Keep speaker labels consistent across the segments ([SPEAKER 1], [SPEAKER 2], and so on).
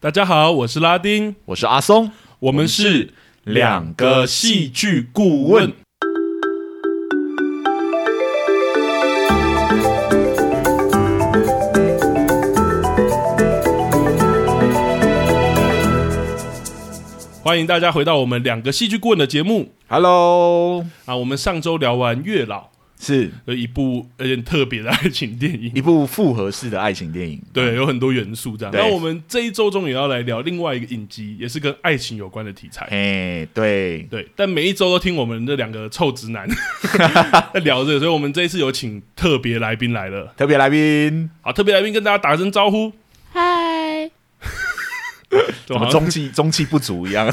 [SPEAKER 1] 大家好，我是拉丁，
[SPEAKER 2] 我是阿松，
[SPEAKER 1] 我们是两个戏剧顾问。欢迎大家回到我们两个戏剧顾问的节目
[SPEAKER 2] Hello，
[SPEAKER 1] 啊！我们上周聊完《月老》
[SPEAKER 2] 是
[SPEAKER 1] 的一部有点特别的爱情电 影，
[SPEAKER 2] 一部复合式的爱情电影。
[SPEAKER 1] 对，有很多元素这样。
[SPEAKER 2] 对
[SPEAKER 1] 那我们这一周中也要来聊另外一个影集，也是跟爱情有关的题材。
[SPEAKER 2] 嘿，哎对，
[SPEAKER 1] 对，但每一周都听我们这两个臭直 男在聊这个，所以我们这一次有请特别来宾来了。
[SPEAKER 2] 特别来宾，
[SPEAKER 1] 好，特别来宾跟大家打声招呼。
[SPEAKER 3] 嗨，
[SPEAKER 2] 怎么
[SPEAKER 1] 好像
[SPEAKER 2] 中气中气不足一 样？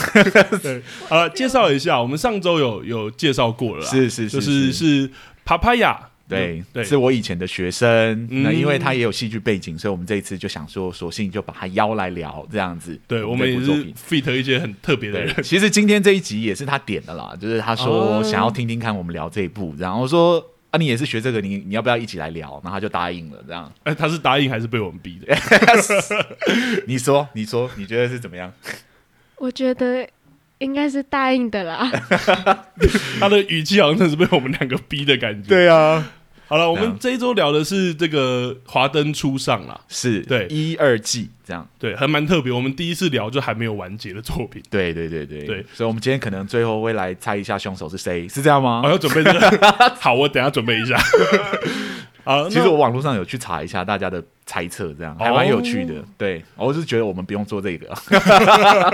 [SPEAKER 1] 对，好了，介绍一下，我们上周有有介绍过了啦，啊
[SPEAKER 2] 是是
[SPEAKER 1] 就是是
[SPEAKER 2] 是，
[SPEAKER 1] 是 Papaya，
[SPEAKER 2] 对
[SPEAKER 1] 对
[SPEAKER 2] 是我以前的学生。
[SPEAKER 1] 嗯
[SPEAKER 2] 那因为他也有戏剧背景，所以我们这一次就想说，索性就把他邀来聊这样子。
[SPEAKER 1] 对我们也
[SPEAKER 2] 这部
[SPEAKER 1] 是
[SPEAKER 2] 作品
[SPEAKER 1] fit 一些很特别的人
[SPEAKER 2] 对，，其实今天这一集也是他点的啦，就是他说
[SPEAKER 1] 哦
[SPEAKER 2] 想要听听看我们聊这一部，然后说啊，你也是学这个，你你要不要一起来聊？然后他就答应了，这样。
[SPEAKER 1] 哎，他是答应还是被我们逼的？
[SPEAKER 2] 你说，你说，你觉得是怎么样？
[SPEAKER 3] 我觉得应该是答应的啦。
[SPEAKER 1] 他的语气好像真是被我们两个逼的感觉。，
[SPEAKER 2] 啊，
[SPEAKER 1] 好了，我们
[SPEAKER 2] 嗯
[SPEAKER 1] 这一周聊的是这个华灯初上啦，
[SPEAKER 2] 是
[SPEAKER 1] 对
[SPEAKER 2] 一二季这样，
[SPEAKER 1] 对，还蛮特别。我们第一次聊就还没有完结的作品。
[SPEAKER 2] 对对对对
[SPEAKER 1] 对，
[SPEAKER 2] 所以我们今天可能最后会来猜一下凶手是谁，是这样吗
[SPEAKER 1] 我、？要准备这 个，好，我等一下准备一下。 好，
[SPEAKER 2] 其实
[SPEAKER 1] 那哦
[SPEAKER 2] 我网络上有去查一下大家的猜测，这样还蛮有趣的。对，哦我是觉得我们不用做 这个。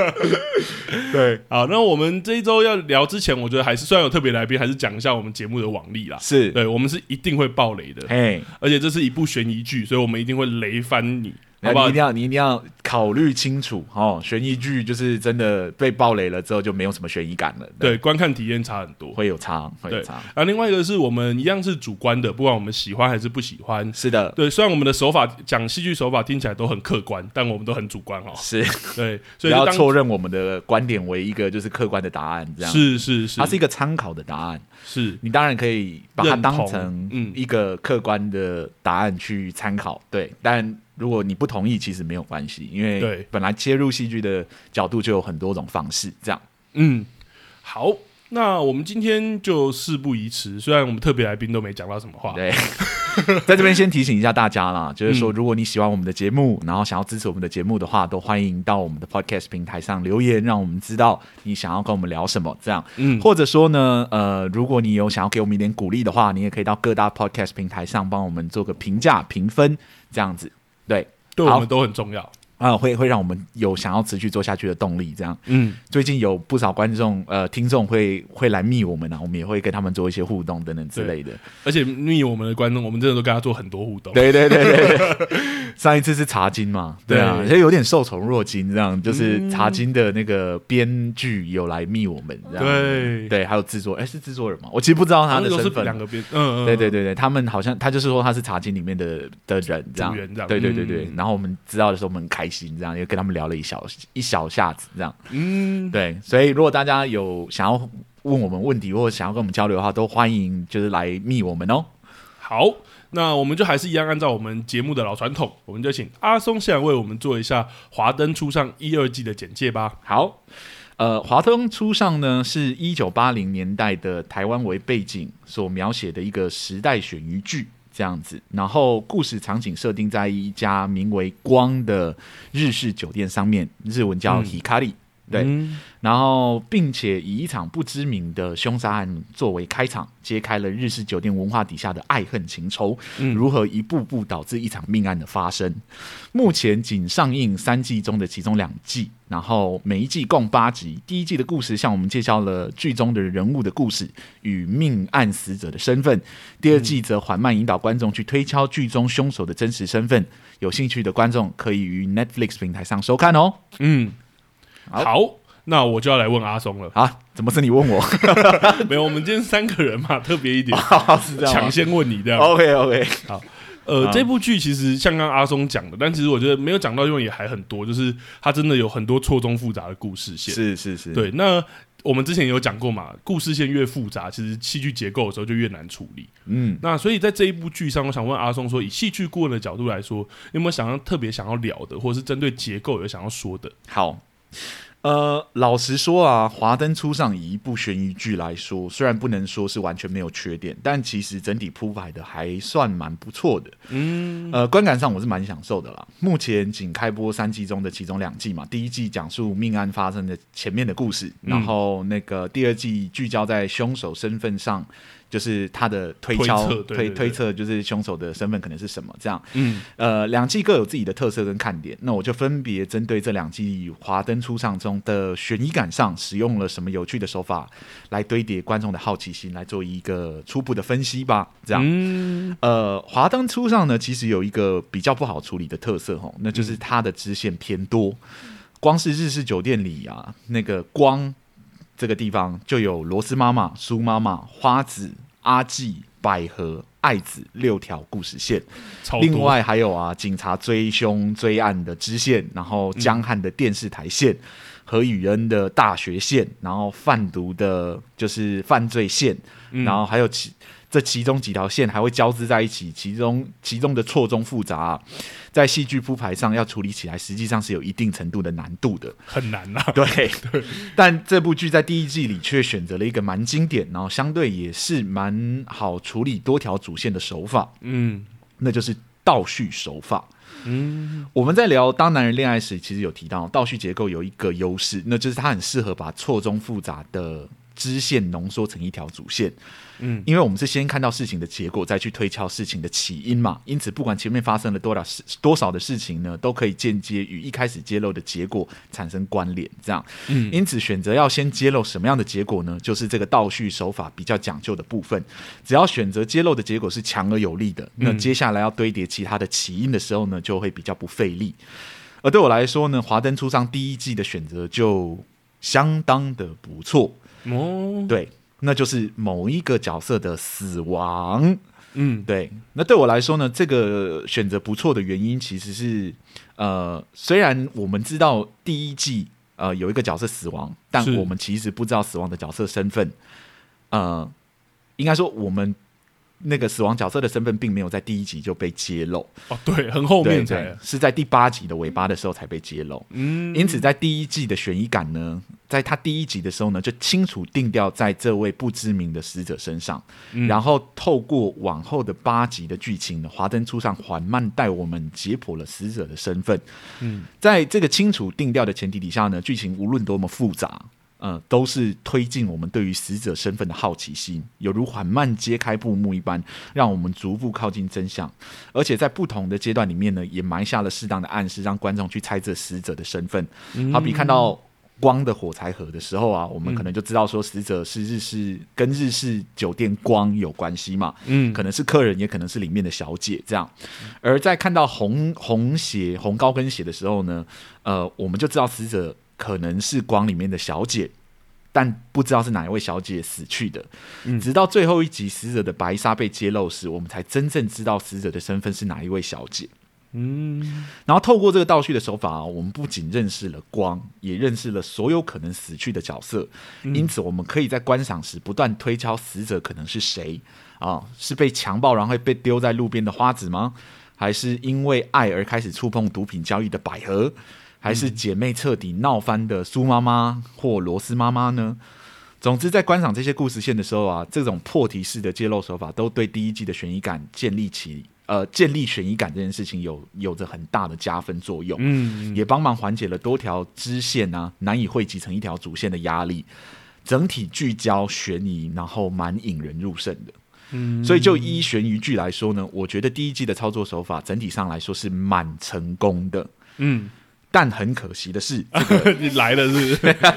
[SPEAKER 2] 对，
[SPEAKER 1] 好，那我们这一周要聊之前，我觉得还是虽然有特别来宾，还是讲一下我们节目的往例啦。
[SPEAKER 2] 是，
[SPEAKER 1] 对，我们是一定会爆雷的，
[SPEAKER 2] 嘿，
[SPEAKER 1] 而且这是一部悬疑剧，所以我们一定会雷翻你，
[SPEAKER 2] 那
[SPEAKER 1] 好
[SPEAKER 2] 你
[SPEAKER 1] 不好
[SPEAKER 2] 一定？要你一定要考虑清楚哦。悬疑剧就是真的被爆雷了之后就没有什么悬疑感了，，
[SPEAKER 1] 对，观看体验差很多。
[SPEAKER 2] 会有差，会有
[SPEAKER 1] 对
[SPEAKER 2] 差。
[SPEAKER 1] 啊，另外一个是我们一样是主观的，不管我们喜欢还是不喜欢。
[SPEAKER 2] 是的，
[SPEAKER 1] 对，虽然我们的手法讲戏剧手法听起来都很客观，但我们都很主观哦。
[SPEAKER 2] 是，
[SPEAKER 1] 对，所
[SPEAKER 2] 不
[SPEAKER 1] 以就
[SPEAKER 2] 要
[SPEAKER 1] 当
[SPEAKER 2] 错认我们的观点为一个就是客观的答案，这样
[SPEAKER 1] 是是是
[SPEAKER 2] 它是一个参考的答案，
[SPEAKER 1] 是
[SPEAKER 2] 你当然可以把它
[SPEAKER 1] 认
[SPEAKER 2] 当
[SPEAKER 1] 同嗯
[SPEAKER 2] 成一个客观的答案去参考，对。但如果你不同意，其实没有关系，因
[SPEAKER 1] 对
[SPEAKER 2] 为本来切入戏剧的角度就有很多种方式，这样
[SPEAKER 1] 嗯，好，那我们今天就事不宜迟。虽然我们特别来宾都没讲到什么话，
[SPEAKER 2] 对。 在这边先提醒一下大 家啦，就是说，
[SPEAKER 1] 啊嗯
[SPEAKER 2] 如果你喜欢我们的节目，然后想要支持我们的节目的话，都欢迎到我们的 podcast 平台上留言，让我们知道你想要跟我们聊什么，这样。
[SPEAKER 1] 嗯，
[SPEAKER 2] 或者说呢，呃，如果你有想要给我们一点鼓励的话，你也可以到各大 podcast 平台上帮我们做个评价、评分，这样子，对，
[SPEAKER 1] 对
[SPEAKER 2] 好
[SPEAKER 1] 我们都很重要。
[SPEAKER 2] 啊、会会让我们有想要持续做下去的动力。这样，
[SPEAKER 1] 嗯，
[SPEAKER 2] 最近有不少观众呃听众会会来密我们啊，我们也会跟他们做一些互动等等之类的。
[SPEAKER 1] 而且密我们的观众，我们真的都跟他做很多互动。
[SPEAKER 2] 对对对对对， 上一次是茶金嘛，对啊，
[SPEAKER 1] 对
[SPEAKER 2] 所以有点受宠若惊，这样就是茶金的那个编剧有来密我们，这样
[SPEAKER 1] 嗯对
[SPEAKER 2] 对，还有制作，哎，是制作人嘛？我其实不知道
[SPEAKER 1] 啊，
[SPEAKER 2] 他的
[SPEAKER 1] 那时候
[SPEAKER 2] 身
[SPEAKER 1] 是
[SPEAKER 2] 份，
[SPEAKER 1] 两个边，嗯，嗯
[SPEAKER 2] 对对，对对，他们好像他就是说他是茶经里面的的人这
[SPEAKER 1] 嗯
[SPEAKER 2] 样
[SPEAKER 1] 组员这样
[SPEAKER 2] 对对对对。
[SPEAKER 1] 嗯
[SPEAKER 2] 然后我们知道的时候，我们很开心这样，也跟他们聊了一小一小下子这样。
[SPEAKER 1] 嗯，
[SPEAKER 2] 对，所以如果大家有想要问我们问题或者想要跟我们交流的话，都欢迎就是来密我们哦。
[SPEAKER 1] 好。那我们就还是一样按照我们节目的老传统，我们就请阿松先来为我们做一下《华灯初上》一二季的简介吧。
[SPEAKER 2] 好，呃，华灯初上呢，是一九八零年代的台湾为背景所描写的一个时代悬疑剧。这样子，然后故事场景设定在一家名为“光”的日式酒店上面，日文叫
[SPEAKER 1] 嗯
[SPEAKER 2] “hikari”、对，
[SPEAKER 1] 嗯
[SPEAKER 2] 然后，并且以一场不知名的凶杀案作为开场，揭开了日式酒店文化底下的爱恨情仇，
[SPEAKER 1] 嗯
[SPEAKER 2] 如何一步步导致一场命案的发生。目前仅上映三季中的其中两季，然后每一季共八集。第一季的故事向我们介绍了剧中的人物的故事与命案死者的身份，第二季则缓慢引导观众去推敲剧中凶手的真实身份。有兴趣的观众可以于 Netflix 平台上收看哦。
[SPEAKER 1] 嗯，
[SPEAKER 2] 好。
[SPEAKER 1] 好，那我就要来问阿松了
[SPEAKER 2] 啊，怎么是你问我？
[SPEAKER 1] 没有，我们今天三个人嘛，特别一点，
[SPEAKER 2] 哦是
[SPEAKER 1] 抢先问你这样。
[SPEAKER 2] OK OK，
[SPEAKER 1] 呃，
[SPEAKER 2] 啊
[SPEAKER 1] 这部剧其实像刚刚阿松讲的，但其实我觉得没有讲到，因为也还很多，就是它真的有很多错综复杂的故事线。
[SPEAKER 2] 是是是，
[SPEAKER 1] 对，那我们之前有讲过嘛，故事线越复杂，其实戏剧结构的时候就越难处理。
[SPEAKER 2] 嗯，
[SPEAKER 1] 那所以在这一部剧上，我想问阿松说，以戏剧顾问的角度来说，你有没有想要特别想要聊的，或者是针对结构有想要说的？
[SPEAKER 2] 好。呃，老实说啊，《华灯初上》以一部悬疑剧来说，虽然不能说是完全没有缺点，但其实整体铺排的还算蛮不错的。
[SPEAKER 1] 嗯，
[SPEAKER 2] 呃，观感上我是蛮享受的啦。目前仅开播三季中的其中两季嘛，第一季讲述命案发生的前面的故事，
[SPEAKER 1] 嗯
[SPEAKER 2] 然后那个第二季聚焦在凶手身份上，就是他的推敲
[SPEAKER 1] 推测对对对
[SPEAKER 2] 推测，就是凶手的身份可能是什么这样。
[SPEAKER 1] 嗯，
[SPEAKER 2] 呃，两季各有自己的特色跟看点，那我就分别针对这两季《华灯初上》中的悬疑感上，使用了什么有趣的手法来堆叠观众的好奇心，来做一个初步的分析吧。这样，
[SPEAKER 1] 嗯，
[SPEAKER 2] 呃，华灯初上呢，其实有一个比较不好处理的特色吼，那就是它的支线偏多。光是日式酒店里啊，那个光这个地方就有罗斯妈妈、苏妈妈、花子、阿纪、百合、爱子六条故事线。
[SPEAKER 1] 超多
[SPEAKER 2] 另外还有啊，警察追凶追案的支线，然后江汉的电视台线，
[SPEAKER 1] 嗯
[SPEAKER 2] 何雨恩的大学线，然后贩毒的就是犯罪线，
[SPEAKER 1] 嗯
[SPEAKER 2] 然后还有其这其中几条线还会交织在一起，其中其中的错综复杂啊、在戏剧铺排上要处理起来，实际上是有一定程度的难 度的。
[SPEAKER 1] 很难啊啦、
[SPEAKER 2] 对，但这部剧在第一季里却选择了一个蛮经典，然后相对也是蛮好处理多条主线的手法。
[SPEAKER 1] 嗯
[SPEAKER 2] 那就是倒叙手法。
[SPEAKER 1] 嗯
[SPEAKER 2] 我们在聊《当男人恋爱》时，其实有提到倒叙结构有一个优势，那就是它很适合把错综复杂的支线浓缩成一条主线。
[SPEAKER 1] 嗯，
[SPEAKER 2] 因为我们是先看到事情的结果，再去推敲事情的起因嘛。因此，不管前面发生了多少事多少的事情呢，都可以间接与一开始揭露的结果产生关联。这样，
[SPEAKER 1] 嗯
[SPEAKER 2] 因此选择要先揭露什么样的结果呢？就是这个倒叙手法比较讲究的部分。只要选择揭露的结果是强而有力的，那接下来要堆叠其他的起因的时候呢，就会比较不费力。而对我来说呢，《华灯初上》第一季的选择就相当的不错。
[SPEAKER 1] 哦，
[SPEAKER 2] 对，那就是某一个角色的死亡。
[SPEAKER 1] 嗯
[SPEAKER 2] 对，那对我来说呢，这个选择不错的原因其实是，呃，虽然我们知道第一季呃有一个角色死亡，但
[SPEAKER 1] 是
[SPEAKER 2] 我们其实不知道死亡的角色身份。呃，应该说我们那个死亡角色的身份并没有在第一集就被揭露，
[SPEAKER 1] 哦，对，很后
[SPEAKER 2] 对
[SPEAKER 1] 面才
[SPEAKER 2] 对，是在第八集的尾巴的时候才被揭露。
[SPEAKER 1] 嗯，
[SPEAKER 2] 因此，在第一季的悬疑感呢，在他第一集的时候呢，就清楚定调在这位不知名的死者身上，
[SPEAKER 1] 嗯
[SPEAKER 2] 然后透过往后的八集的剧情呢，华灯初上缓慢带我们解剖了死者的身份。
[SPEAKER 1] 嗯，
[SPEAKER 2] 在这个清楚定调的前提底下呢，剧情无论多么复杂。呃，都是推进我们对于死者身份的好奇心，有如缓慢揭开布幕一般，让我们逐步靠近真相。而且在不同的阶段里面呢，也埋下了适当的暗示，让观众去猜测死者的身份。好比看到光的火柴盒的时候啊，我们可能就知道说死者是日式跟日式酒店光有关系嘛，
[SPEAKER 1] 嗯
[SPEAKER 2] 可能是客人，也可能是里面的小姐这样。而在看到红红鞋、红高跟鞋的时候呢，呃，我们就知道死者可能是光里面的小姐。但不知道是哪一位小姐死去的，直到最后一集死者的白纱被揭露时，我们才真正知道死者的身份是哪一位小姐。
[SPEAKER 1] 嗯
[SPEAKER 2] 然后透过这个倒叙的手法啊，我们不仅认识了光，也认识了所有可能死去的角色。因此，我们可以在观赏时不断推敲死者可能是谁啊？是被强暴然后被丢在路边的花子吗？还是因为爱而开始触碰毒品交易的百合？还是姐妹彻底闹翻的苏妈妈或罗斯妈妈呢？总之，在观赏这些故事线的时候啊，这种破题式的揭露手法，都对第一季的悬疑感建立起呃建立悬疑感这件事情有有着很大的加分作用，
[SPEAKER 1] 嗯
[SPEAKER 2] 也帮忙缓解了多条支线啊难以汇集成一条主线的压力。整体聚焦悬疑，然后蛮引人入胜的。
[SPEAKER 1] 嗯，
[SPEAKER 2] 所以就依悬疑剧来说呢，我觉得第一季的操作手法整体上来说是蛮成功的。
[SPEAKER 1] 嗯，
[SPEAKER 2] 但很可惜 的是，
[SPEAKER 1] 啊你来了是 不是？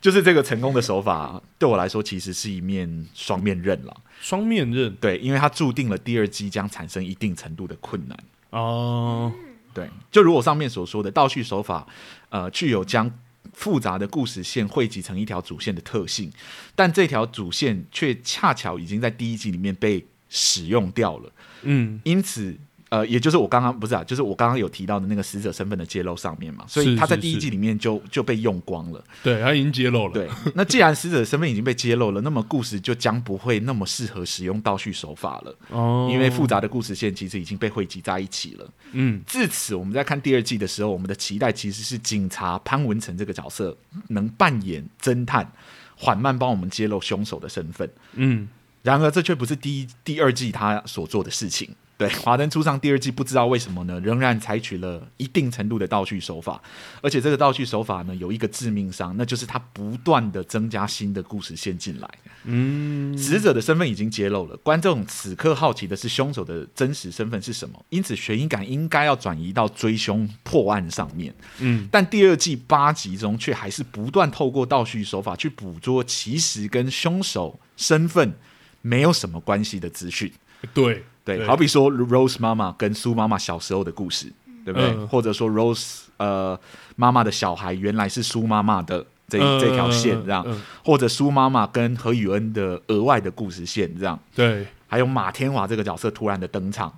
[SPEAKER 2] 就是这个成功的手法对我来说其实是一面双面刃了。
[SPEAKER 1] 双面刃
[SPEAKER 2] 对，因为它注定了第二季将产生一定程度的困难。
[SPEAKER 1] 哦，
[SPEAKER 2] 对，就如我上面所说的倒叙手法，呃，具有将复杂的故事线汇集成一条主线的特性，但这条主线却恰巧已经在第一季里面被使用掉了，
[SPEAKER 1] 嗯
[SPEAKER 2] 因此。呃，也就是我刚刚不是啊，就是我刚刚有提到的那个死者身份的揭露上面嘛，所
[SPEAKER 1] 是
[SPEAKER 2] 以他在
[SPEAKER 1] 是
[SPEAKER 2] 第一
[SPEAKER 1] 是
[SPEAKER 2] 季里面就就被用光了。
[SPEAKER 1] 对他已经揭露了，
[SPEAKER 2] 对， 那既然死者的身份已经被揭露了，那么故事就将不会那么适合使用倒叙手法了，
[SPEAKER 1] 哦，
[SPEAKER 2] 因为复杂的故事线其实已经被汇集在一起了。
[SPEAKER 1] 嗯
[SPEAKER 2] 至此，我们在看第二季的时候，我们的期待其实是警察潘文成这个角色能扮演侦探，缓慢帮我们揭露凶手的身份。
[SPEAKER 1] 嗯，
[SPEAKER 2] 然而，这却不是第一、第二季他所做的事情。对，《华灯初上》第二季不知道为什么呢，仍然采取了一定程度的倒叙手法，而且这个倒叙手法呢，有一个致命伤，那就是它不断的增加新的故事线进来。嗯，死者的身份已经揭露了，观众此刻好奇的是凶手的真实身份是什么，因此悬疑感应该要转移到追凶破案上面。
[SPEAKER 1] 嗯，
[SPEAKER 2] 但第二季八集中却还是不断透过倒叙手法去捕捉其实跟凶手身份没有什么关系的资讯。
[SPEAKER 1] 对
[SPEAKER 2] 对，好比说 Rose 妈妈跟苏妈妈小时候的故事，对不对？
[SPEAKER 1] 嗯
[SPEAKER 2] 或者说 Rose 呃妈妈的小孩原来是苏妈妈的这、
[SPEAKER 1] 嗯
[SPEAKER 2] 这条线这样，
[SPEAKER 1] 嗯嗯
[SPEAKER 2] 或者苏妈妈跟何雨恩的额外的故事线这样，
[SPEAKER 1] 对，
[SPEAKER 2] 还有马天华这个角色突然的登场，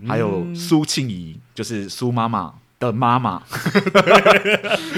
[SPEAKER 1] 嗯
[SPEAKER 2] 还有苏庆怡就是苏妈妈的 妈妈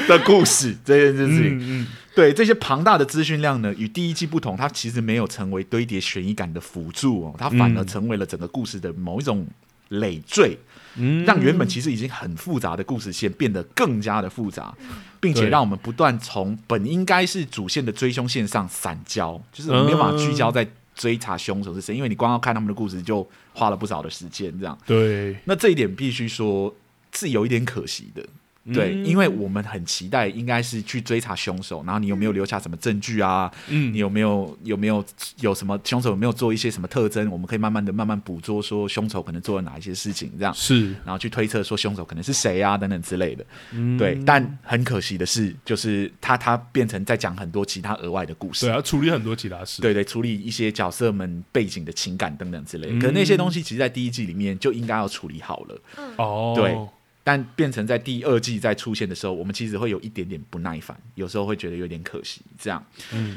[SPEAKER 2] 的故事这件事情。
[SPEAKER 1] 嗯嗯，
[SPEAKER 2] 对这些庞大的资讯量呢，与第一季不同，它其实没有成为堆叠悬疑感的辅助哦，它反而
[SPEAKER 1] 嗯
[SPEAKER 2] 成为了整个故事的某一种累赘，
[SPEAKER 1] 嗯
[SPEAKER 2] 让原本其实已经很复杂的故事线变得更加的复杂，并且
[SPEAKER 1] 对
[SPEAKER 2] 让我们不断从本应该是主线的追凶线上散焦，就是我们没有办法聚焦在追查凶手是谁，因为你光要看他们的故事就花了不少的时间这样。
[SPEAKER 1] 对
[SPEAKER 2] 那这一点必须说是有一点可惜的，对，
[SPEAKER 1] 嗯
[SPEAKER 2] 因为我们很期待应该是去追查凶手，然后你有没有留下什么证据啊？
[SPEAKER 1] 嗯
[SPEAKER 2] 你有没有有没有有什么凶手有没有做一些什么特征？我们可以慢慢的慢慢捕捉，说凶手可能做了哪一些事情，这样，
[SPEAKER 1] 是
[SPEAKER 2] 然后去推测说凶手可能是谁啊等等之类的。对，但很可惜的是，就是他他变成在讲很多其他额外的故事
[SPEAKER 1] 对，。要处理很多其他事，
[SPEAKER 2] 对对，处理一些角色们背景的情感等等之类的，
[SPEAKER 1] 嗯
[SPEAKER 2] 可能那些东西其实，在第一季里面就应该要处理好了。
[SPEAKER 1] 哦，
[SPEAKER 2] 对但变成在第二季再出现的时候，我们其实会有一点点不耐烦，有时候会觉得有点可惜。这样，
[SPEAKER 1] 嗯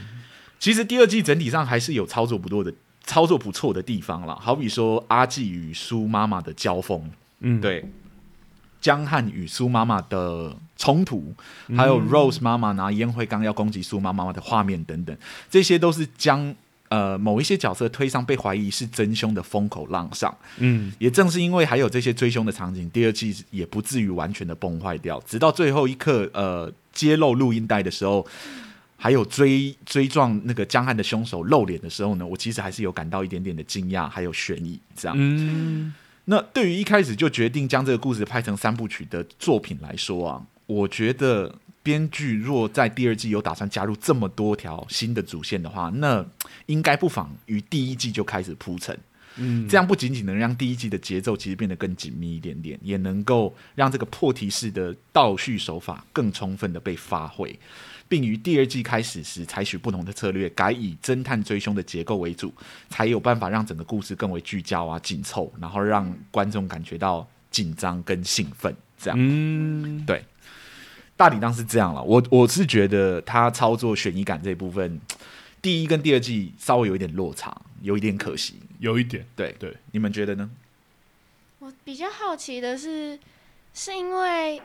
[SPEAKER 2] 其实第二季整体上还是有操作不多的、操作不错的地方啦。好比说阿纪与苏妈妈的交锋，
[SPEAKER 1] 嗯，
[SPEAKER 2] 对，江汉与苏妈妈的冲突，还
[SPEAKER 1] 嗯
[SPEAKER 2] 有 Rose 妈妈拿烟灰缸要攻击苏妈妈的画面等等，这些都是将呃某一些角色推上被怀疑是真凶的风口浪上。
[SPEAKER 1] 嗯
[SPEAKER 2] 也正是因为还有这些追凶的场景，第二季也不至于完全的崩坏掉，直到最后一刻，呃，揭露录音带的时候。还有追追撞那个江汉的凶手露脸的时候呢，我其实还是有感到一点点的惊讶，还有悬疑。这样，
[SPEAKER 1] 嗯
[SPEAKER 2] 那对于一开始就决定将这个故事拍成三部曲的作品来说啊，我觉得编剧若在第二季有打算加入这么多条新的主线的话，那应该不妨于第一季就开始铺陈。
[SPEAKER 1] 嗯，
[SPEAKER 2] 这样不仅仅能让第一季的节奏其实变得更紧密一点点，也能够让这个破题式的倒叙手法更充分的被发挥，并于第二季开始时采取不同的策略，改以侦探追凶的结构为主，才有办法让整个故事更为聚焦啊、紧凑，然后让观众感觉到紧张跟兴奋。这样，
[SPEAKER 1] 嗯
[SPEAKER 2] 对，大体上是这样了。我我是觉得他操作悬疑感这一部分，第一跟第二季稍微有一点落差，有一点可惜。
[SPEAKER 1] 有一点，
[SPEAKER 2] 对
[SPEAKER 1] 对，
[SPEAKER 2] 你们觉得呢？
[SPEAKER 4] 我比较好奇的是，是因为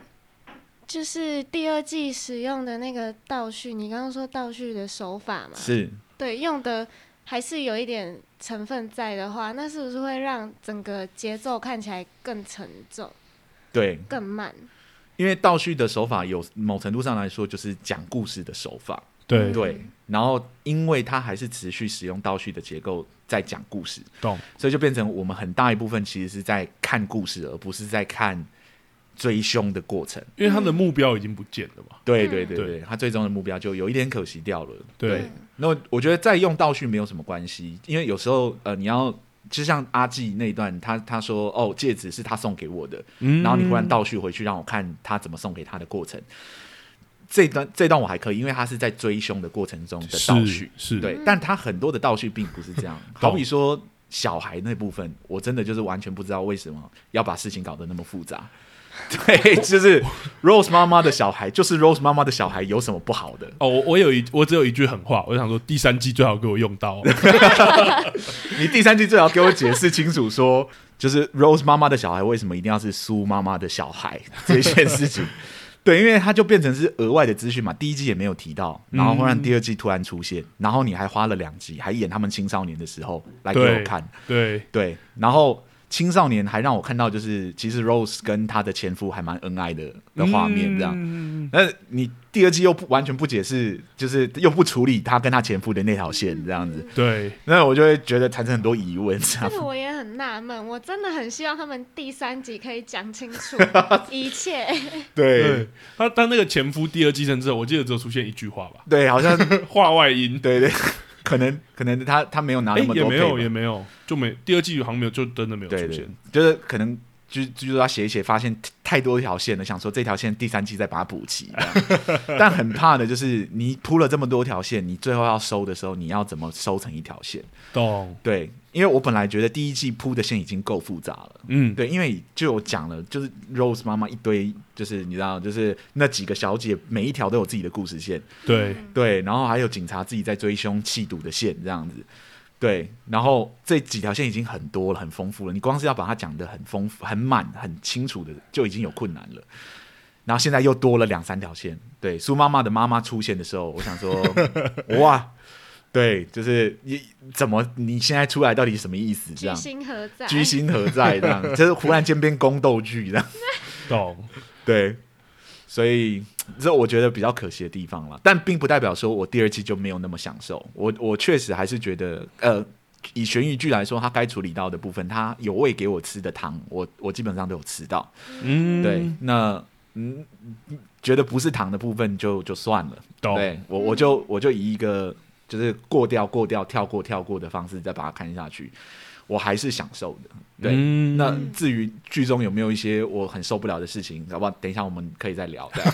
[SPEAKER 4] 就是第二季使用的那个倒叙，你刚刚说倒叙的手法嘛，
[SPEAKER 2] 是，
[SPEAKER 4] 对，用的还是有一点成分在的话，那是不是会让整个节奏看起来更沉重、
[SPEAKER 2] 对，
[SPEAKER 4] 更慢？
[SPEAKER 2] 因为倒叙的手法有某程度上来说就是讲故事的手法，
[SPEAKER 1] 对
[SPEAKER 2] 对。然后，因为它还是持续使用倒叙的结构在讲故事，
[SPEAKER 1] 懂，
[SPEAKER 2] 所以就变成我们很大一部分其实是在看故事，而不是在看追凶的过程。
[SPEAKER 1] 因为他的目标已经不见了嘛，
[SPEAKER 2] 对对对
[SPEAKER 1] 对
[SPEAKER 2] 对，他最终的目标就有一点可惜掉了。
[SPEAKER 1] 对，
[SPEAKER 2] 那我觉得再用倒叙没有什么关系，因为有时候呃，你要就像阿纪那一段，他他说哦，戒指是他送给我的，
[SPEAKER 1] 嗯
[SPEAKER 2] 然后你忽然倒叙回去，让我看他怎么送给他的过程。这段这段我还可以，因为他是在追凶的过程中的倒叙
[SPEAKER 1] 是，是，
[SPEAKER 2] 对，但他很多的倒叙并不是这样。好比说小孩那部分，我真的就是完全不知道为什么要把事情搞得那么复杂。 对，就是 Rose 妈妈的小孩，就是 Rose 妈妈的小孩有什么不好的？
[SPEAKER 1] 哦，我我有一我只有一句狠话，我就想说第三季最好给我用 到哦、
[SPEAKER 2] 你第三季最好给我解释清楚说，就是 Rose 妈妈的小孩为什么一定要是苏妈妈的小孩这件事情。 对，因为它就变成是额外的资讯嘛，第一季也没有提到，然后会让第二季突然出现，然后你还花了两集，还演他们青少年的时候来给我
[SPEAKER 1] 对
[SPEAKER 2] 看，
[SPEAKER 1] 对，
[SPEAKER 2] 对，然后青少年还让我看到，就是其实 Rose 跟她的前夫还蛮恩爱的的画面，这样。
[SPEAKER 1] 嗯
[SPEAKER 2] 那你第二季又不完全不解释，就是又不处理她跟她前夫的那条线，这样子，
[SPEAKER 1] 对，
[SPEAKER 2] 那我就会觉得产生很多疑问，这
[SPEAKER 4] 这
[SPEAKER 2] 样。
[SPEAKER 4] 个我也很纳闷，我真的很希望他们第三集可以讲 清楚一切。
[SPEAKER 2] 对
[SPEAKER 1] 对，他他那个前夫第二季甚至我记得只有出现一句话吧，
[SPEAKER 2] 对，好像
[SPEAKER 1] 话外音，
[SPEAKER 2] 对 对，可能可能他他没有拿
[SPEAKER 1] 哎、
[SPEAKER 2] 那么
[SPEAKER 1] 也
[SPEAKER 2] 多
[SPEAKER 1] 没
[SPEAKER 2] 配
[SPEAKER 1] 有
[SPEAKER 2] 吧
[SPEAKER 1] 也没有，就没第二季好像没有，就真的没有
[SPEAKER 2] 对
[SPEAKER 1] 出
[SPEAKER 2] 对
[SPEAKER 1] 现。，
[SPEAKER 2] 就是可能就就是他写一写，发现太多条线了，想说这条线第三季再把它补齐。这 样但很怕的就是你铺了这么多条线，你最后要收的时候，你要怎么收成一条线？
[SPEAKER 1] 懂，
[SPEAKER 2] 对，因为我本来觉得第一季铺的线已经够复杂了。
[SPEAKER 1] 嗯，
[SPEAKER 2] 对，因为就有讲了，就是 Rose 妈妈一堆，就是你知道，就是那几个小姐，每一条都有自己的故事线。
[SPEAKER 1] 对，
[SPEAKER 2] 对，然后还有警察自己在追凶弃赌的线这样子，对，然后这几条线已经很多了，很丰富了，你光是要把它讲得很丰富、很满、很清楚的，就已经有困难了。然后现在又多了两三条线，对，苏妈妈的妈妈出现的时候，我想说，哇，对，就是你怎么你现在出来到底是什么意思？这
[SPEAKER 4] 居
[SPEAKER 2] 样
[SPEAKER 4] 心何在？
[SPEAKER 2] 居心何在？这样就是忽然间变宫斗剧这样。
[SPEAKER 1] 懂，
[SPEAKER 2] 对，所以这我觉得比较可惜的地方了，但并不代表说我第二季就没有那么享受。我我确实还是觉得，呃，以悬疑剧来说，它该处理到的部分，它有喂给我吃的糖，我我基本上都有吃到。
[SPEAKER 1] 嗯，
[SPEAKER 2] 对，，那嗯，觉得不是糖的部分就就算了。
[SPEAKER 1] 懂，
[SPEAKER 2] 对我我就我就以一个就是过掉过掉跳过跳过的方式再把它看下去，我还是享受的。对，
[SPEAKER 1] 嗯
[SPEAKER 2] 那至于剧中有没有一些我很受不了的事情，好不好？等一下我们可以再聊。 这样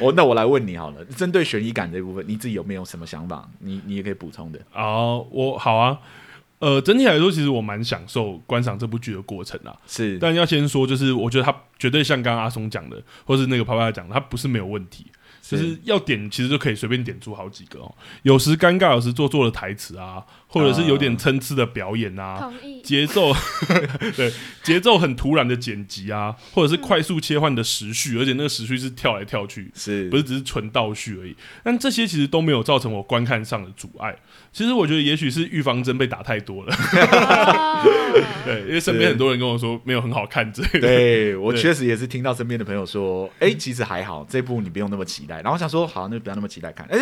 [SPEAKER 2] 我那我来问你好了，针对悬疑感这一部分，你自己有没有什么想法？你你也可以补充的。
[SPEAKER 1] 哦，我好啊。呃，整体来说，其实我蛮享受观赏这部剧的过程啊。
[SPEAKER 2] 是，
[SPEAKER 1] 但要先说，就是我觉得它绝对像刚刚阿松讲的，或是那个啪啪讲的，它不是没有问题，就是要点其实就可以随便点出好几个哦。有时尴尬，有时做作的台词啊，或者是有点参差的表演啊，
[SPEAKER 4] 同意。
[SPEAKER 1] 节奏， 对节奏很突然的剪辑啊，或者是快速切换的时序，而且那个时序是跳来跳去，
[SPEAKER 2] 是
[SPEAKER 1] 不是只是纯倒叙而已。但这些其实都没有造成我观看上的阻碍。其实我觉得也许是预防针被打太多了，
[SPEAKER 4] 哦
[SPEAKER 1] 对，因为身边
[SPEAKER 2] 是
[SPEAKER 1] 很多人跟我说没有很好看之类的。
[SPEAKER 2] 对我
[SPEAKER 1] 对
[SPEAKER 2] 确实也是听到身边的朋友说，哎、其实还好，这部你不用那么期待。然后我想说，好，那就不要那么期待看，哎、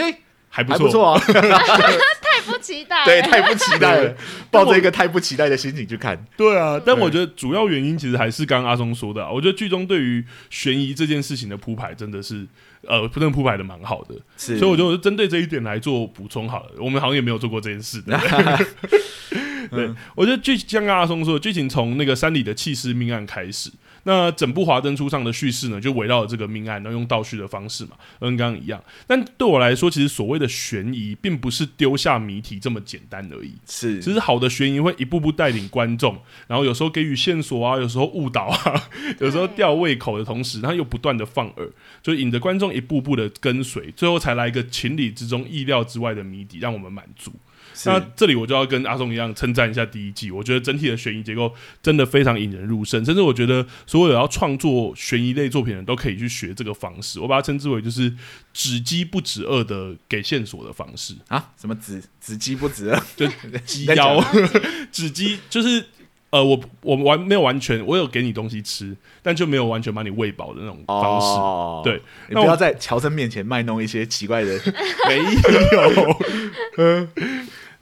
[SPEAKER 1] 还不
[SPEAKER 2] 还
[SPEAKER 1] 错，
[SPEAKER 2] 不错啊，
[SPEAKER 4] 太不期待了。
[SPEAKER 2] 对，太不期待了
[SPEAKER 1] 对，
[SPEAKER 2] 抱着一个太不期待的心情去看，
[SPEAKER 1] 对啊。但
[SPEAKER 2] 对
[SPEAKER 1] 我觉得主要原因其实还是刚刚阿松说的、啊，我觉得剧中对于悬疑这件事情的铺排真的是，呃，不能铺排的蛮好的，
[SPEAKER 2] 是
[SPEAKER 1] 所以我就针对这一点来做补充好了。我们好像也没有做过这件事，对不对对，我觉得剧像刚刚阿松说的，剧情从那个山里的弃尸命案开始。那整部《华灯初上》的叙事呢，就围绕着这个命案，然后用倒叙的方式嘛，跟刚刚一样。但对我来说，其实所谓的悬疑，并不是丢下谜题这么简单而已。
[SPEAKER 2] 是
[SPEAKER 1] 其实好的悬疑会一步步带领观众，然后有时候给予线索啊，有时候误导啊，有时候吊胃口的同时，他又不断的放饵，就引着观众一步步的跟随，最后才来一个情理之中、意料之外的谜底，让我们满足。
[SPEAKER 2] 是
[SPEAKER 1] 那这里我就要跟阿松一样称赞一下第一季，我觉得整体的悬疑结构真的非常引人入胜，甚至我觉得所有要创作悬疑类作品的人都可以去学这个方式，我把它称之为就是只鸡不止饿的给线索的方式。
[SPEAKER 2] 啊，什么子子鸡不子啊二，
[SPEAKER 1] 就鸡腰 纸鸡就是呃，我我完没有完全，我有给你东西吃，但就没有完全把你喂饱的那种方式。
[SPEAKER 2] 哦
[SPEAKER 1] 对，
[SPEAKER 2] 你
[SPEAKER 1] 那
[SPEAKER 2] 不
[SPEAKER 1] 我
[SPEAKER 2] 要在乔生面前卖弄一些奇 怪的，
[SPEAKER 1] 没有。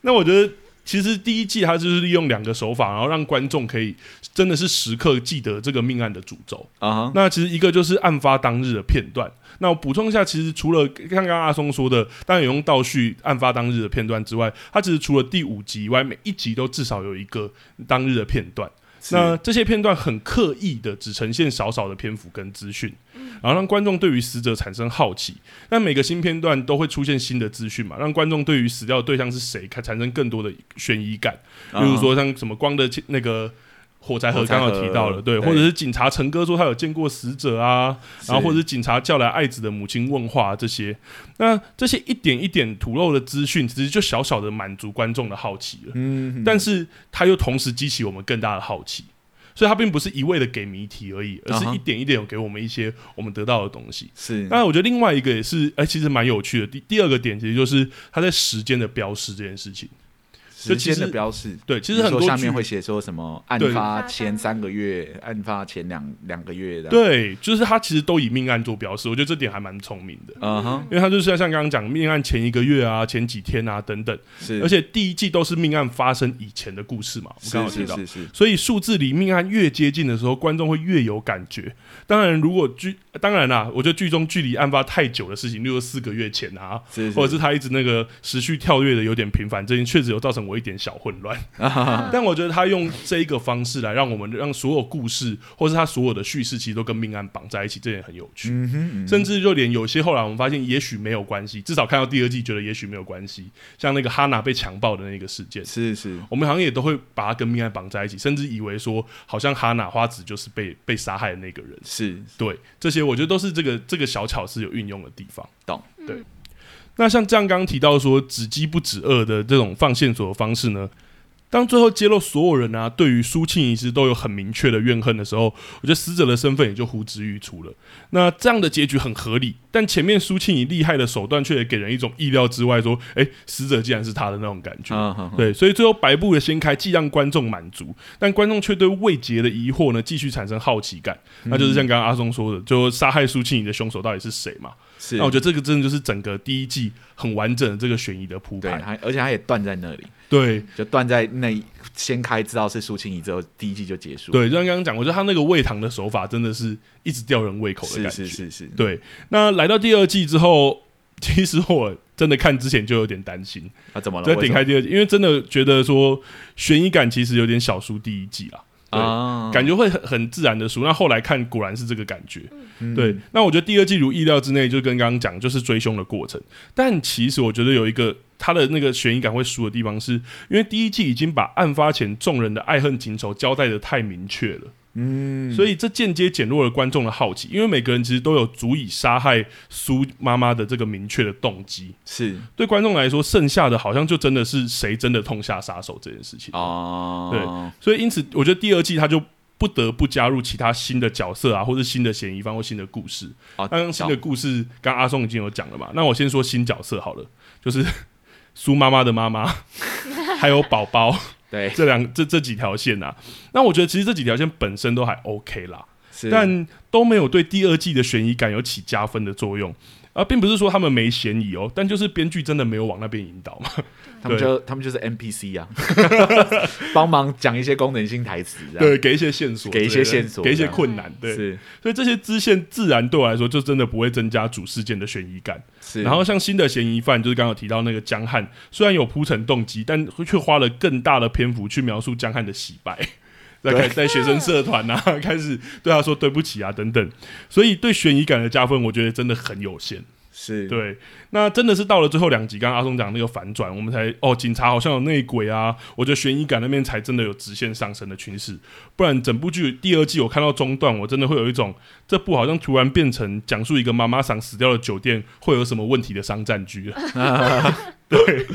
[SPEAKER 1] 那我觉得其实第一季它就是利用两个手法，然后让观众可以真的是时刻记得这个命案的主轴。
[SPEAKER 2] 啊哈，
[SPEAKER 1] 那其实一个就是案发当日的片段。那我补充一下，其实除了刚刚阿松说的，当然有用倒叙案发当日的片段之外，它其实除了第五集以外，每一集都至少有一个当日的片段。 那这些片段很刻意的只呈现少少的篇幅跟资讯，然后让观众对于死者产生好奇。那每个新片段都会出现新的资讯嘛，让观众对于死掉的对象是谁产生更多的悬疑感。
[SPEAKER 2] 是
[SPEAKER 1] 例如，说像什么光的切那个火柴盒
[SPEAKER 2] 火柴
[SPEAKER 1] 刚好
[SPEAKER 2] 盒
[SPEAKER 1] 提到了，对，
[SPEAKER 2] 对
[SPEAKER 1] 或者是警察陈哥说他有见过死者啊，然后或者是警察叫来爱子的母亲问话这些，那这些一点一点吐露的资讯，其实就小小的满足观众的好奇了，
[SPEAKER 2] 嗯，
[SPEAKER 1] 但是它又同时激起我们更大的好奇，所以它并不是一味的给谜题而已，而是
[SPEAKER 2] 啊哈
[SPEAKER 1] 一点一点有给我们一些我们得到的东西。
[SPEAKER 2] 是
[SPEAKER 1] 那我觉得另外一个也是，哎、其实蛮有趣的。第第二个点其实就是它在时间的标识这件事情。就
[SPEAKER 2] 时
[SPEAKER 1] 其
[SPEAKER 2] 间的
[SPEAKER 1] 实
[SPEAKER 2] 标示。
[SPEAKER 1] 对，其
[SPEAKER 2] 其
[SPEAKER 1] 实很多
[SPEAKER 2] 下面
[SPEAKER 1] 剧
[SPEAKER 2] 会写说什么案
[SPEAKER 1] 对
[SPEAKER 2] 发前三个月、案发前两两个月的，，
[SPEAKER 1] 对，就是它其实都以命案做标识，我觉得这点还蛮聪明的。
[SPEAKER 2] 嗯哼，
[SPEAKER 1] 因为它就是像刚刚讲命案前一个月啊、前几天啊等等，
[SPEAKER 2] 是，
[SPEAKER 1] 而且第一季都是命案发生以前的故事嘛，我们刚好提
[SPEAKER 2] 是是
[SPEAKER 1] 到。
[SPEAKER 2] 是是，
[SPEAKER 1] 所以数字离命案越接近的时候，观众会越有感觉。当然，如果剧当然啦，我觉得剧中距离案发太久的事情，例如四个月前啊，
[SPEAKER 2] 是
[SPEAKER 1] 或者是他一直那个持续跳跃的有点频繁，这件确实有造成我一点小混 乱。
[SPEAKER 2] 啊
[SPEAKER 1] 但我觉得他用这一个方式来让我们让所有故事，或是他所有的叙事，其实都跟命案绑在一起，这点很有趣。
[SPEAKER 2] 嗯哼，嗯哼
[SPEAKER 1] 甚至就连有些后来我们发现，也许没有关系，至少看到第二季觉得也许没有关系，像那个哈娜被强暴的那个事件，
[SPEAKER 2] 是是
[SPEAKER 1] 我们好像也都会把它跟命案绑在一起，甚至以为说好像哈娜花子就是被被杀害的那个人。
[SPEAKER 2] 是，
[SPEAKER 1] 对，这些我觉得都是这个这个小巧思有运用的地方。
[SPEAKER 2] 懂
[SPEAKER 1] 对。那像这样刚刚提到说只饥不止饿的这种放线索的方式呢，当最后揭露所有人啊对于苏庆一事都有很明确的怨恨的时候，我觉得死者的身份也就呼之欲出了。那这样的结局很合理，但前面苏庆仪厉害的手段却也给人一种意料之外说，诶，死者竟然是他的那种感觉。
[SPEAKER 2] 嗯哼哼
[SPEAKER 1] 对，所以最后白布的掀开，既让观众满足，但观众却对未解的疑惑呢，继续产生好奇感。
[SPEAKER 2] 嗯
[SPEAKER 1] 那就是像刚刚阿松说的，就杀害苏庆仪的凶手到底是谁嘛？
[SPEAKER 2] 是，
[SPEAKER 1] 那我觉得这个真的就是整个第一季很完整的这个悬疑的铺
[SPEAKER 2] 对，啊
[SPEAKER 1] 排。
[SPEAKER 2] 还而且他也断在那里，
[SPEAKER 1] 对
[SPEAKER 2] 就断在那一掀开知道是苏青怡之后，第一季就结束，，
[SPEAKER 1] 对，就像刚刚讲，我觉得他那个喂糖的手法真的是一直吊人胃口的
[SPEAKER 2] 是
[SPEAKER 1] 感觉。
[SPEAKER 2] 是是是，
[SPEAKER 1] 对，那来到第二季之后，其实我真的看之前就有点担心，
[SPEAKER 2] 啊，怎么了？
[SPEAKER 1] 在点开第二季，因为真的觉得说悬疑感其实有点小输第一季啊。对
[SPEAKER 2] 啊，
[SPEAKER 1] 感觉会很很自然的输。那后来看，果然是这个感觉。
[SPEAKER 2] 嗯
[SPEAKER 1] 对，那我觉得第二季如意料之内，就跟刚刚讲，就是追凶的过程。但其实我觉得有一个它的那个悬疑感会输的地方是，因为第一季已经把案发前众人的爱恨情仇交代的太明确了。
[SPEAKER 2] 嗯，
[SPEAKER 1] 所以这间接减弱了观众的好奇，因为每个人其实都有足以杀害苏妈妈的这个明确的动机。
[SPEAKER 2] 是
[SPEAKER 1] 对观众来说，剩下的好像就真的是谁真的痛下杀手这件事情。
[SPEAKER 2] 哦，对，
[SPEAKER 1] 所以因此，我觉得第二季它就不得不加入其他新的角色啊，或者新的嫌疑犯或新的故事。
[SPEAKER 2] 啊，
[SPEAKER 1] 那新的故事，刚刚阿松已经有讲了嘛，那我先说新角色好了，就是 苏妈妈的妈妈， 还有宝宝
[SPEAKER 2] 对，
[SPEAKER 1] 这两这这几条线啊。那我觉得其实这几条线本身都还 OK 啦，
[SPEAKER 2] 是
[SPEAKER 1] 但都没有对第二季的悬疑感有起加分的作用。啊，并不是说他们没嫌疑哦，但就是编剧真的没有往那边引导嘛。
[SPEAKER 2] 他们
[SPEAKER 1] 对
[SPEAKER 2] 就他们就是 NPC 啊， 帮忙讲一些功能性台词，这样
[SPEAKER 1] 对， 给一些线索之
[SPEAKER 2] 给
[SPEAKER 1] 类
[SPEAKER 2] 一
[SPEAKER 1] 的，
[SPEAKER 2] 些线索
[SPEAKER 1] 给一
[SPEAKER 2] 这
[SPEAKER 1] 些
[SPEAKER 2] 样
[SPEAKER 1] 困难，对，
[SPEAKER 2] 是
[SPEAKER 1] 所以这些支线自然对我来说就真的不会增加主事件的悬疑感。
[SPEAKER 2] 是，
[SPEAKER 1] 然后像新的嫌疑犯，就是刚刚有提到那个江汉，虽然有铺陈动机，但却花了更大的篇幅去描述江汉的洗白。 在
[SPEAKER 2] 对
[SPEAKER 1] 开在学生社团啊， 开始对他说对不起啊等等，所以对悬疑感的加分，我觉得真的很有限。
[SPEAKER 2] 是
[SPEAKER 1] 对，那真的是到了最后两集，刚刚阿松讲那个反转，我们才哦，警察好像有内鬼啊，我觉得悬疑感那边才真的有直线上升的趋势，不然整部剧第二季我看到中段，我真的会有一种这部好像突然变成讲述一个妈妈桑死掉的酒店会有什么问题的商战剧了。对。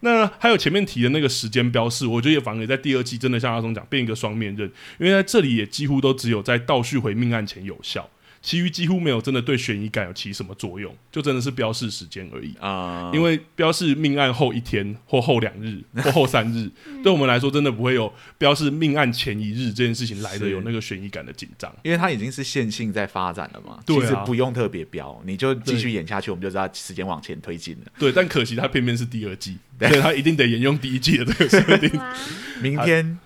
[SPEAKER 1] 那还有前面提的那个时间标示，我觉得也反而在第二季真的像阿松讲变一个双面刃，因为在这里也几乎都只有在倒叙回命案前有效，其余几乎没有真的对悬疑感有起什么作用，就真的是标示时间而已。
[SPEAKER 2] 啊，
[SPEAKER 1] 因为标示命案后一天或后两日 或后三日，对我们来说真的不会有标示命案前一日这件事情来的
[SPEAKER 2] 是
[SPEAKER 1] 有那个悬疑感的紧张。
[SPEAKER 2] 因为它已经是线性在发展了嘛，
[SPEAKER 1] 对啊
[SPEAKER 2] 其实不用特别标，你就继续演下去，我们就知道时间往前推进了。
[SPEAKER 1] 对，但可惜它偏偏是第二季，所以它一定得沿用第一季的这个 设定。
[SPEAKER 4] 哇，
[SPEAKER 2] 明天、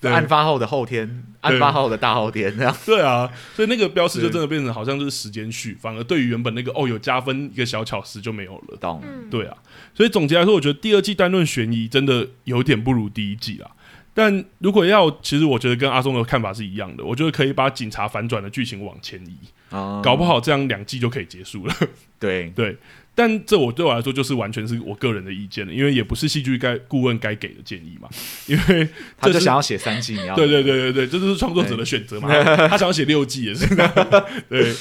[SPEAKER 1] 对
[SPEAKER 2] 案发后的后天，案发后的大后天，这样
[SPEAKER 1] 对啊，所以那个标示就是真的变成好像就是时间序，反而对于原本那个哦有加分一个小巧思就没有了。
[SPEAKER 2] 懂？
[SPEAKER 4] 嗯，
[SPEAKER 1] 对啊，所以总结来说，我觉得第二季单论悬疑真的有点不如第一季啦。但如果要，其实我觉得跟阿松的看法是一样的，我觉得可以把警察反转的剧情往前移，
[SPEAKER 2] 啊
[SPEAKER 1] 搞不好这样两季就可以结束了。
[SPEAKER 2] 对
[SPEAKER 1] 但这我对我来说就是完全是我个人的意见了，因为也不是戏剧该顾问该给的建议嘛。因为
[SPEAKER 2] 他
[SPEAKER 1] 这
[SPEAKER 2] 就是想要写三季，你要
[SPEAKER 1] 对对对对对，这就是创作者的选择嘛。他想要写六季也 是这样。对，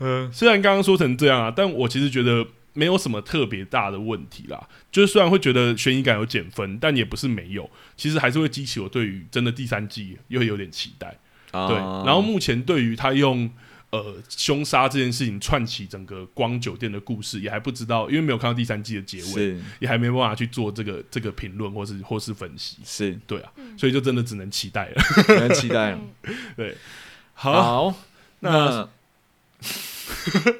[SPEAKER 2] 嗯
[SPEAKER 1] 虽然刚刚说成这样啊，但我其实觉得没有什么特别大的问题啦。就是虽然会觉得悬疑感有减分，但也不是没有，其实还是会激起我对于真的第三季又有点期待。
[SPEAKER 2] 哦啊
[SPEAKER 1] 对，然后目前对于他用呃凶杀这件事情串起整个光酒店的故事，也还不知道，因为没有看到第三季的结尾，
[SPEAKER 2] 是
[SPEAKER 1] 也还没办法去做这个这个评论或是或是分析。
[SPEAKER 2] 是，
[SPEAKER 1] 对啊，
[SPEAKER 4] 嗯
[SPEAKER 1] 所以就真的只能期待了。
[SPEAKER 2] 很能期待。
[SPEAKER 4] 嗯
[SPEAKER 1] 好，那
[SPEAKER 2] 那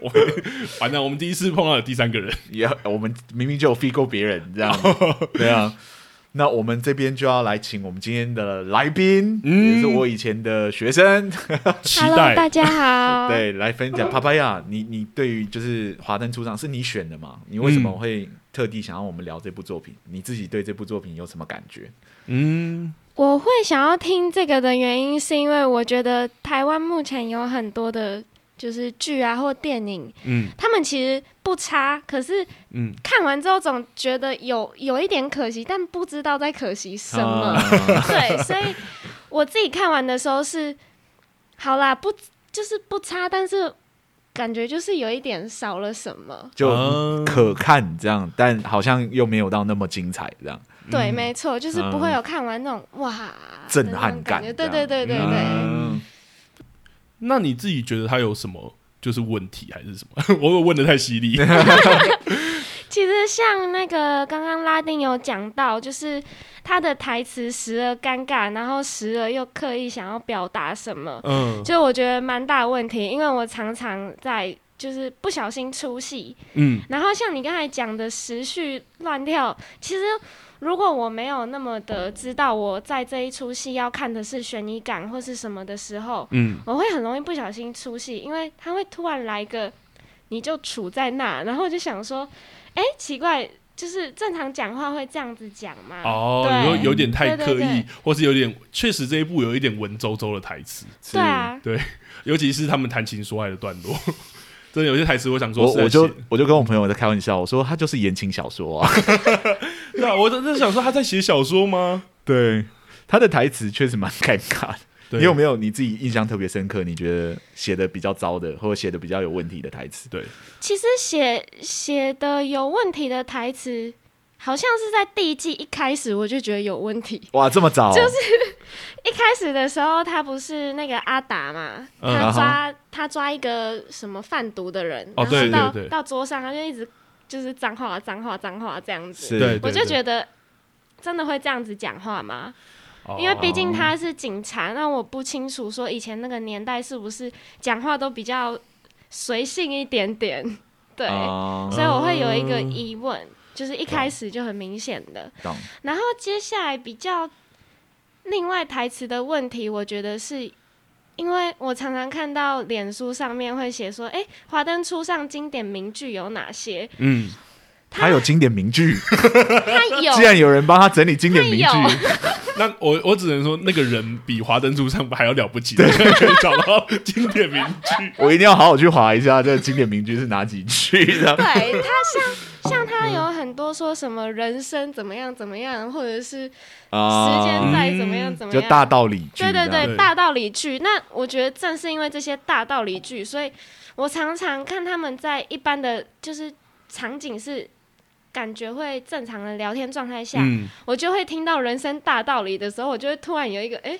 [SPEAKER 1] 我 完了，我们第一次碰到有第三个人，
[SPEAKER 2] 也呃我们明明就有 f 过别人这样，对啊。那我们这边就要来请我们今天的来宾，
[SPEAKER 1] 嗯
[SPEAKER 2] 也是我以前的学生，
[SPEAKER 1] 期
[SPEAKER 3] Hello，大
[SPEAKER 1] 待。
[SPEAKER 3] 家好。
[SPEAKER 2] 对，来分享。帕帕亚，你你对于就是《华灯初上》是你选的嘛？你为什么
[SPEAKER 1] 嗯
[SPEAKER 2] 会特地想要我们聊这部作品？你自己对这部作品有什么感觉？
[SPEAKER 1] 嗯，
[SPEAKER 4] 我会想要听这个的原因，是因为我觉得台湾目前有很多的，就是剧啊或电影，
[SPEAKER 1] 嗯
[SPEAKER 4] 他们其实不差，可是
[SPEAKER 1] 嗯，
[SPEAKER 4] 看完之后总觉得有有一点可惜，但不知道在可惜什么。
[SPEAKER 2] 啊
[SPEAKER 4] 对，所以我自己看完的时候是，好啦，不就是不差，但是感觉就是有一点少了什么。
[SPEAKER 2] 就
[SPEAKER 4] 嗯
[SPEAKER 1] 啊
[SPEAKER 2] 可看这样，但好像又没有到那么精彩这样。
[SPEAKER 4] 对，没错，就是不会
[SPEAKER 2] 嗯
[SPEAKER 4] 有看完那种、哇
[SPEAKER 2] 震
[SPEAKER 4] 的那
[SPEAKER 2] 撼
[SPEAKER 4] 种
[SPEAKER 2] 感
[SPEAKER 4] 觉
[SPEAKER 2] 这
[SPEAKER 4] 对
[SPEAKER 2] 样
[SPEAKER 4] 对对对对。
[SPEAKER 1] 嗯那你自己觉得他有什么就是问题还是什么？ 我问的太犀利。
[SPEAKER 4] 其实像那个刚刚拉丁有讲到，就是他的台词时而尴尬，然后时而又刻意想要表达什么，
[SPEAKER 1] 嗯
[SPEAKER 4] 就我觉得蛮大的问题，因为我常常在就是不小心出戏，
[SPEAKER 1] 嗯
[SPEAKER 4] 然后像你刚才讲的时序乱跳，其实如果我没有那么的知道我在这一出戏要看的是悬疑感或是什么的时候，
[SPEAKER 1] 嗯，
[SPEAKER 4] 我会很容易不小心出戏，因为他会突然来个，你就杵在那，然后我就想说，哎、奇怪，就是正常讲话会这样子讲吗？
[SPEAKER 1] 哦，
[SPEAKER 4] 对
[SPEAKER 1] 你说有点太刻
[SPEAKER 4] 对对
[SPEAKER 1] 意
[SPEAKER 4] 对，
[SPEAKER 1] 或是有点确实这一部有一点文绉绉的台词，
[SPEAKER 4] 对啊，
[SPEAKER 1] 尤其是他们谈情说爱的段落， 真的有些台词我想说
[SPEAKER 2] 我
[SPEAKER 1] 是在
[SPEAKER 2] 我就
[SPEAKER 1] 写
[SPEAKER 2] 我就跟我朋友在开玩笑，我说他就是言情小说啊。
[SPEAKER 1] 对啊，我真的想说他在写小说吗？
[SPEAKER 2] 对，他的台词确实蛮尴尬的。
[SPEAKER 1] 对
[SPEAKER 2] 你有没有你自己印象特别深刻？你觉得写的比较糟的，或者写的比较有问题的台词？
[SPEAKER 1] 对，
[SPEAKER 4] 其实写写的有问题的台词，好像是在第一季一开始我就觉得有问题。
[SPEAKER 2] 哇，这么早，啊就是
[SPEAKER 4] 一开始的时候，他不是那个阿达嘛，
[SPEAKER 1] 嗯
[SPEAKER 4] 他抓、他抓一个什么贩毒的人，
[SPEAKER 1] 哦对
[SPEAKER 4] 然后到
[SPEAKER 1] 对对
[SPEAKER 4] 到桌上，他就一直就是脏话脏话脏话这样子。
[SPEAKER 1] 对
[SPEAKER 4] 我就觉得真的会这样子讲话吗？
[SPEAKER 1] 哦
[SPEAKER 4] 因为毕竟他是警察，那我不清楚说以前那个年代是不是讲话都比较随性一点点，对，
[SPEAKER 2] 啊
[SPEAKER 4] 所以我会有一个
[SPEAKER 1] 嗯
[SPEAKER 4] 疑问，就是一开始就很明显的。
[SPEAKER 2] 懂
[SPEAKER 4] 然后接下来比较另外台词的问题，我觉得是。因为我常常看到脸书上面会写说，哎，华灯初上经典名句有哪些？
[SPEAKER 1] 嗯，
[SPEAKER 2] 他有经典名句，
[SPEAKER 4] 他有，
[SPEAKER 2] 既然有人帮他整理经典名
[SPEAKER 4] 哦他有
[SPEAKER 2] 句，
[SPEAKER 1] 那我我只能说那个人比华灯初上还要了不起，可以 找到经典 名句。
[SPEAKER 2] 我一定要好好去划一下这个经典名句是哪几句 的。
[SPEAKER 4] 对他像像他有很多说什么人生怎么样怎么样，或者是时
[SPEAKER 2] 啊
[SPEAKER 4] 间在怎么样怎么
[SPEAKER 2] 嗯就
[SPEAKER 4] 样，
[SPEAKER 2] 大道理句这
[SPEAKER 4] 对
[SPEAKER 2] 样，
[SPEAKER 4] 对
[SPEAKER 1] 对
[SPEAKER 4] 对大道理剧。那我觉得正是因为这些大道理剧，所以我常常看他们在一般的就是场景是。感觉会正常的聊天状态下，
[SPEAKER 1] 嗯，
[SPEAKER 4] 我就会听到人生大道理的时候，我就会突然有一个，哎、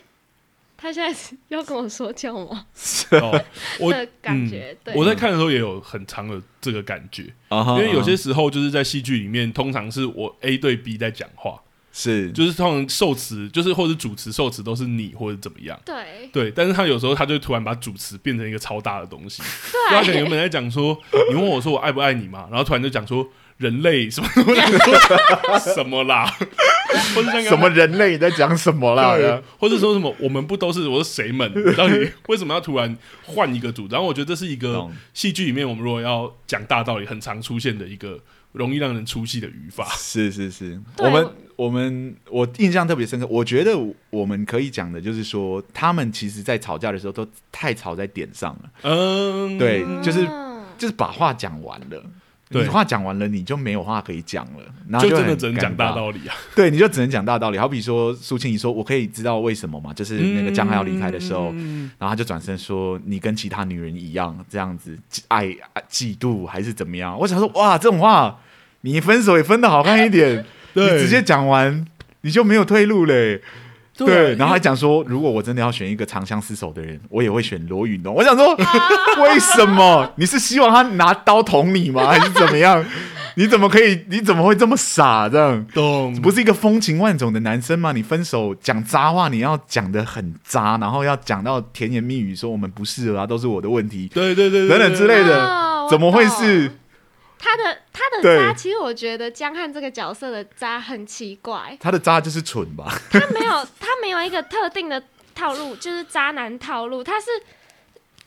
[SPEAKER 4] 他现在是 要跟我说教吗？
[SPEAKER 1] 哦，我嗯
[SPEAKER 4] 的感觉，
[SPEAKER 2] 嗯
[SPEAKER 4] 对，
[SPEAKER 1] 我在看的时候也有很长的这个感觉，
[SPEAKER 2] 啊
[SPEAKER 1] 因
[SPEAKER 2] 哈
[SPEAKER 1] 为有些
[SPEAKER 2] 啊哈
[SPEAKER 1] 时候就是在戏剧里面，通常是我 A 对 B 在讲话，
[SPEAKER 2] 是
[SPEAKER 1] 就是通常受词就是或者主词受词都是你或者怎么样。
[SPEAKER 4] 对
[SPEAKER 1] 对，但是他有时候他就会突然把主词变成一个超大的东西，就他可能
[SPEAKER 4] 对
[SPEAKER 1] 原本在讲说，你问我说我爱不爱你嘛，然后突然就讲说人类什么什么啦， 或是像刚才
[SPEAKER 2] 什么人类你在讲什么啦？
[SPEAKER 1] 对，或者说什么我们不都是我是谁们？ 到底为什么要突然换一个组？然后我觉得这是一个
[SPEAKER 2] 懂
[SPEAKER 1] 戏剧里面我们如果要讲大道理，很常出现的一个容易让人出戏的语法。
[SPEAKER 2] 是是是，
[SPEAKER 4] 对
[SPEAKER 2] 我们我们我印象特别深刻，我觉得我们可以讲的就是说，他们其实在吵架的时候都太吵在点上了，
[SPEAKER 1] 嗯，
[SPEAKER 2] 对就是
[SPEAKER 4] 嗯
[SPEAKER 2] 就是把话讲完了。
[SPEAKER 1] 对
[SPEAKER 2] 你话讲完了，你就没有话可以讲了，然后
[SPEAKER 1] 就真的
[SPEAKER 2] 很
[SPEAKER 1] 只能
[SPEAKER 2] 尴
[SPEAKER 1] 讲大
[SPEAKER 2] 尬
[SPEAKER 1] 道理啊。
[SPEAKER 2] 对，你就只能讲大道理。好比说苏庆仪说：“我可以知道为什么嘛，就是那个江汉要离开的时候，
[SPEAKER 1] 嗯
[SPEAKER 2] 然后他就转身说：‘你跟其他女人一样，这样子爱爱嫉妒还是怎么样？’我想说，哇，这种话你分手也分的好看一点，
[SPEAKER 1] 对
[SPEAKER 2] 你直接讲完你就没有退路嘞。
[SPEAKER 1] 对
[SPEAKER 2] 对，然后还讲说，如果我真的要选一个长相厮守的人，我也会选罗云龙。哦我想说，为什么？你是希望他拿刀捅你吗？还是怎么样？你怎么可以？你怎么会这么傻？这样？
[SPEAKER 1] 懂
[SPEAKER 2] 不是一个风情万种的男生吗？你分手讲渣话，你要讲的很渣，然后要讲到甜言蜜语，说我们不适合啊，都是我的问题，
[SPEAKER 1] 对对对对
[SPEAKER 2] 等等之类
[SPEAKER 4] 哦
[SPEAKER 2] 的，
[SPEAKER 4] 我
[SPEAKER 2] 怎么会是
[SPEAKER 4] 懂他的他的
[SPEAKER 2] 对
[SPEAKER 4] 渣，其实我觉得江汉这个角色的渣很奇怪，
[SPEAKER 2] 他的渣就是蠢吧？
[SPEAKER 4] 他没有他没有一个特定的套路，就是渣男套路，他是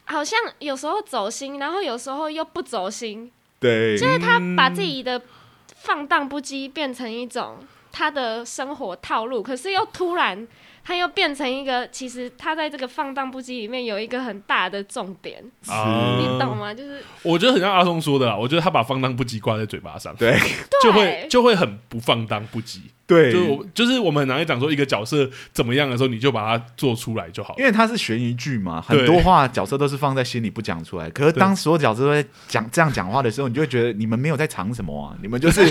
[SPEAKER 4] 好像有时候走心，然后有时候又不走心，
[SPEAKER 2] 对，
[SPEAKER 4] 就是他把自己的放荡不羁变成一种他的生活套路，可是又突然他又变成一个，其实他在这个放荡不羁里面有一个很大的重点，
[SPEAKER 2] 是
[SPEAKER 1] 啊
[SPEAKER 4] 你懂吗？就是
[SPEAKER 1] 我觉得很像阿松说的啦，我觉得他把放荡不羁挂在嘴巴上，
[SPEAKER 2] 对
[SPEAKER 1] 就会
[SPEAKER 4] 对
[SPEAKER 1] 就会很不放荡不羁。
[SPEAKER 2] 对，
[SPEAKER 1] 就是我就是我们很常会讲说一个角色怎么样的时候，你就把它做出来就好了
[SPEAKER 2] 因。为它是悬疑剧嘛，
[SPEAKER 1] 对
[SPEAKER 2] 很多话角色都是放在心里不讲出来。可是
[SPEAKER 1] 对
[SPEAKER 2] 当所有角色都在讲这样讲话的时候，你就会觉得你们没有在藏什么啊， 你们就是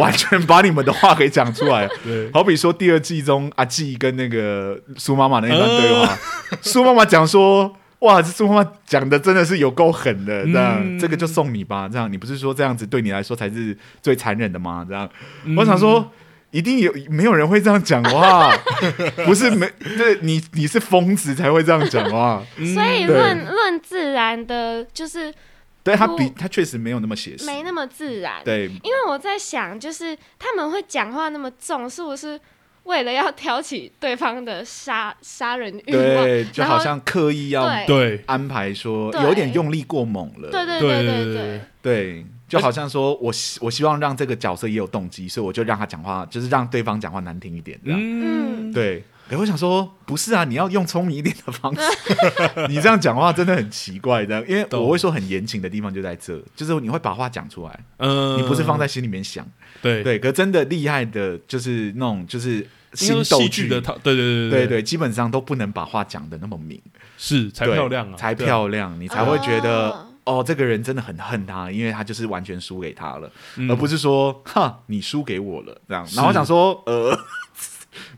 [SPEAKER 2] 完全把你们的话给讲出来。
[SPEAKER 1] 对，
[SPEAKER 2] 好比说第二季中阿季跟那个苏妈妈那一段对
[SPEAKER 1] 啊
[SPEAKER 2] 话，苏妈妈讲说。哇，这苏妈妈讲的真的是有够狠的，这样、
[SPEAKER 1] 嗯
[SPEAKER 2] 这个就送你吧，这样你不是说这样子对你来说才是最残忍的吗？这样，我想
[SPEAKER 4] 嗯
[SPEAKER 2] 说，一定有没有人会这样讲 话，不是没，对你你是疯子才会这样讲 话。
[SPEAKER 1] 嗯，
[SPEAKER 4] 所以
[SPEAKER 2] 对
[SPEAKER 4] 论论自然的，就是
[SPEAKER 2] 对他比
[SPEAKER 4] 不
[SPEAKER 2] 他确实没有那么写实，
[SPEAKER 4] 没那么自然。
[SPEAKER 2] 对，
[SPEAKER 4] 因为我在想，就是他们会讲话那么重，是不是为了要挑起对方的杀杀人欲望？
[SPEAKER 2] 对，就
[SPEAKER 4] 然后
[SPEAKER 2] 好像刻意要
[SPEAKER 4] 嗯对
[SPEAKER 1] 嗯对
[SPEAKER 2] 安排说
[SPEAKER 4] 对
[SPEAKER 2] 有点用力过猛了，
[SPEAKER 4] 对对
[SPEAKER 1] 对对
[SPEAKER 4] 对
[SPEAKER 1] 对
[SPEAKER 4] 对
[SPEAKER 2] 对就好像说我希我希望让这个角色也有动机，所以我就让他讲话，就是让对方啊讲话难听一点，这样、
[SPEAKER 1] 嗯，
[SPEAKER 2] 对。哎，我想说，不是啊，你要用聪明一点的方式。 你这样讲话真的很奇怪，这样，因为
[SPEAKER 1] 懂
[SPEAKER 2] 我会说很严谨的地方就在这，就是你会把话讲出来，
[SPEAKER 1] 嗯，
[SPEAKER 2] 你不是放在心里面想，
[SPEAKER 1] 对，
[SPEAKER 2] 对。可真的厉害的，就是那种就是
[SPEAKER 1] 应该说
[SPEAKER 2] 新斗
[SPEAKER 1] 戏剧的，套，对对
[SPEAKER 2] 对
[SPEAKER 1] 对
[SPEAKER 2] 对，基本上都不能把话讲的那么明，
[SPEAKER 1] 是才
[SPEAKER 2] 对
[SPEAKER 1] 漂亮啊，
[SPEAKER 2] 才
[SPEAKER 1] 对啊。
[SPEAKER 2] 漂亮，你才会觉得
[SPEAKER 4] 哦
[SPEAKER 2] 哦，这个人真的很恨他，因为他就是完全输给他了，
[SPEAKER 1] 嗯
[SPEAKER 2] 而不是说哈你输给我了这样。
[SPEAKER 1] 是
[SPEAKER 2] 然后我想说，呃，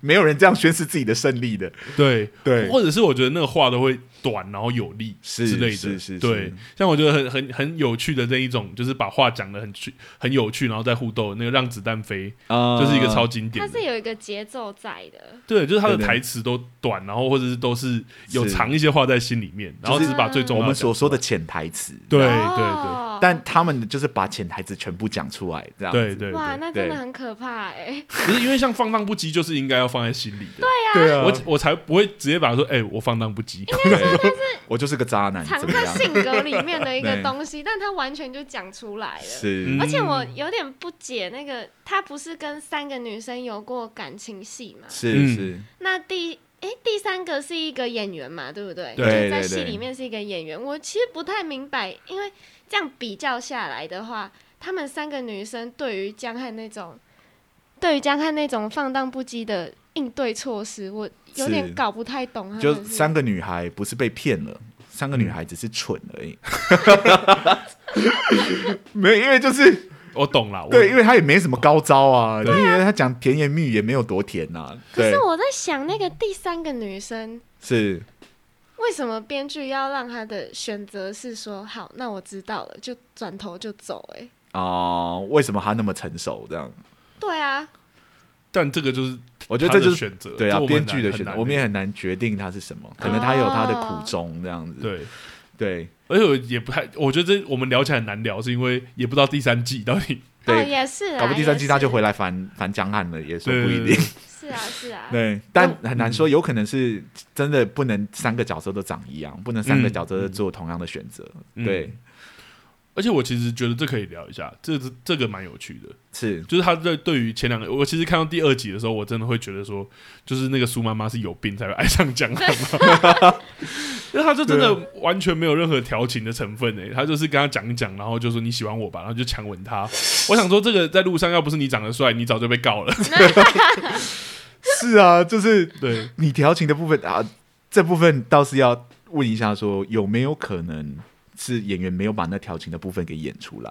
[SPEAKER 2] 没有人这样宣示自己的胜利的，
[SPEAKER 1] 嗯对
[SPEAKER 2] 对
[SPEAKER 1] 或者是我觉得那个话都会短，然后有力
[SPEAKER 2] 是
[SPEAKER 1] 之类的，
[SPEAKER 2] 是是
[SPEAKER 1] 对
[SPEAKER 2] 是。
[SPEAKER 1] 像我觉得很很很有趣的这一种，就是把话讲的很趣很有趣，然后再互动，那个让子弹飞，
[SPEAKER 2] 啊
[SPEAKER 1] 就是一个超
[SPEAKER 2] 级
[SPEAKER 1] 经
[SPEAKER 4] 对，
[SPEAKER 1] 典
[SPEAKER 4] 它
[SPEAKER 1] 的
[SPEAKER 4] 是。有一个节奏在的。
[SPEAKER 1] 对，就是他的
[SPEAKER 2] 对对
[SPEAKER 1] 台词都短，然后或者是都是有
[SPEAKER 2] 是
[SPEAKER 1] 藏一些话在心里面，然后只是把最重要的
[SPEAKER 2] 我们
[SPEAKER 1] 讲
[SPEAKER 2] 所
[SPEAKER 1] 出
[SPEAKER 2] 说的
[SPEAKER 1] 来，
[SPEAKER 2] 潜台词，
[SPEAKER 1] 对对
[SPEAKER 4] 哦
[SPEAKER 2] 但他们就是把潜台词全部讲出来，这样
[SPEAKER 1] 对对对
[SPEAKER 4] 哇，
[SPEAKER 1] 对，
[SPEAKER 4] 那真的很可怕哎、
[SPEAKER 1] 不是因为像放荡不羁就是应该要放在心里的，
[SPEAKER 2] 对啊，
[SPEAKER 1] 我我才不会直接把它说，哎，我放荡不羁，
[SPEAKER 2] 对我就是个渣男，
[SPEAKER 4] 藏
[SPEAKER 2] 怎么
[SPEAKER 4] 在
[SPEAKER 2] 样？
[SPEAKER 4] 性格里面的一个
[SPEAKER 2] 对
[SPEAKER 4] 东西，但他完全就讲出来了。
[SPEAKER 2] 是
[SPEAKER 1] 嗯
[SPEAKER 4] 而且我有点不解，那个他不是跟三个女生有过感情戏吗？
[SPEAKER 2] 是
[SPEAKER 1] 嗯
[SPEAKER 2] 是，
[SPEAKER 4] 那第诶，第三个是一个演员嘛，对不对？
[SPEAKER 1] 对
[SPEAKER 4] 就是在
[SPEAKER 2] 对对
[SPEAKER 4] 戏里面是一个演员。我其实不太明白，因为这样比较下来的话，他们三个女生对于江汉那种，对于江汉那种放荡不羁的应对措施，我有
[SPEAKER 2] 是
[SPEAKER 4] 点搞不太懂他们是。
[SPEAKER 2] 就三个女孩不是被骗了，三个女孩只是蠢而已。 没有，因为就是
[SPEAKER 1] 我懂嗯了，我
[SPEAKER 2] 对，因为她也没什么高招啊，因为她讲甜言蜜语也没有多甜呐、啊。
[SPEAKER 4] 可
[SPEAKER 2] 对
[SPEAKER 4] 是，我在想，那个第三个女生。
[SPEAKER 2] 是
[SPEAKER 4] 为什么编剧要让她的选择是说好？那我知道了，就转头就走、诶，
[SPEAKER 2] 啊、为什么她那么成熟？这样，
[SPEAKER 4] 对啊，
[SPEAKER 1] 但这个就是
[SPEAKER 2] 我觉得这
[SPEAKER 1] 他的
[SPEAKER 2] 就是
[SPEAKER 1] 选择，
[SPEAKER 2] 对
[SPEAKER 1] 这
[SPEAKER 2] 啊，
[SPEAKER 1] 我们
[SPEAKER 2] 编
[SPEAKER 1] 很
[SPEAKER 2] 剧的
[SPEAKER 1] 难
[SPEAKER 2] 选择
[SPEAKER 1] 很，难
[SPEAKER 2] 我们也
[SPEAKER 1] 那
[SPEAKER 2] 很难决定她是什么，可能她有她的
[SPEAKER 4] 哦
[SPEAKER 2] 苦衷这样子。
[SPEAKER 1] 个对。
[SPEAKER 2] 对
[SPEAKER 1] 而且我也不太，我觉得这我们聊起来很难聊，是因为也不知道第三季到底
[SPEAKER 4] 哦，
[SPEAKER 2] 对，
[SPEAKER 4] 也是啊，
[SPEAKER 2] 搞不第三季他就
[SPEAKER 4] 也是
[SPEAKER 2] 回来反反江汉了，也说
[SPEAKER 1] 对
[SPEAKER 2] 不一
[SPEAKER 1] 对
[SPEAKER 2] 定。
[SPEAKER 4] 是啊，是啊，
[SPEAKER 2] 对，但很难说，有可能是真的不能三个角色都长一样，不能三个
[SPEAKER 1] 嗯
[SPEAKER 2] 角色都做同样的选择。
[SPEAKER 1] 嗯
[SPEAKER 2] 对，
[SPEAKER 1] 而且我其实觉得这可以聊一下，这这个蛮有趣的，
[SPEAKER 2] 是
[SPEAKER 1] 就是他对对于前两个，我其实看到第二集的时候，我真的会觉得说，就是那个苏妈妈是有病才会爱上江汉嘛， 因为他就真的完全没有任何调情的成分诶、欸他就是跟他讲一讲，然后就说你喜欢我吧，然后就强吻他。我想说，这个在路上要不是你长得帅，你早就被告了。
[SPEAKER 2] 是啊，就是
[SPEAKER 1] 对，
[SPEAKER 2] 你调情的部分啊，这部分倒是要问一下说有没有可能是演员没有把那调情的部分给演出来？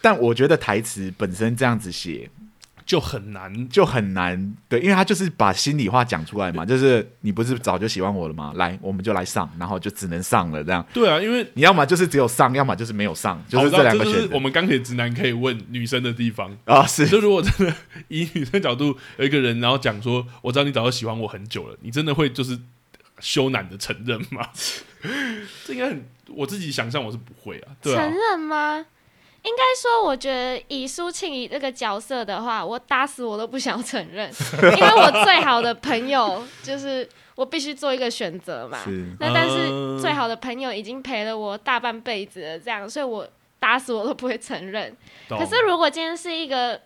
[SPEAKER 2] 但我觉得台词本身这样子写
[SPEAKER 1] 就很难。
[SPEAKER 2] 就很难，对，因为他就是把心里话讲出来嘛，就是你不是早就喜欢我了吗？来，我们就来上，然后就只能上了这样。
[SPEAKER 1] 对啊，因为
[SPEAKER 2] 你要么就是只有上，要么就是没有上，就
[SPEAKER 1] 好
[SPEAKER 2] 是
[SPEAKER 1] 哦我知道
[SPEAKER 2] 这两个
[SPEAKER 1] 这就
[SPEAKER 2] 选
[SPEAKER 1] 是
[SPEAKER 2] 择
[SPEAKER 1] 我们钢铁直男可以问女生的地方。
[SPEAKER 2] 啊，是
[SPEAKER 1] 就如果真的以女生角度有一个人，然后讲说，我知道你早就喜欢我很久了，你真的会就是羞赧的承认吗？ 这应该很，我自己想象我是不会啊，对啊
[SPEAKER 4] 承，认吗？应该说，我觉得以苏庆怡这个角色的话，我打死我都不想承认，因为我最好的朋友就是我必须做一个选择嘛。
[SPEAKER 2] 是
[SPEAKER 4] 那但是
[SPEAKER 1] 嗯
[SPEAKER 4] 最好的朋友已经陪了我大半辈子了，这样，所以我打死我都不会承认。
[SPEAKER 1] 懂
[SPEAKER 4] 可是如果今天是一个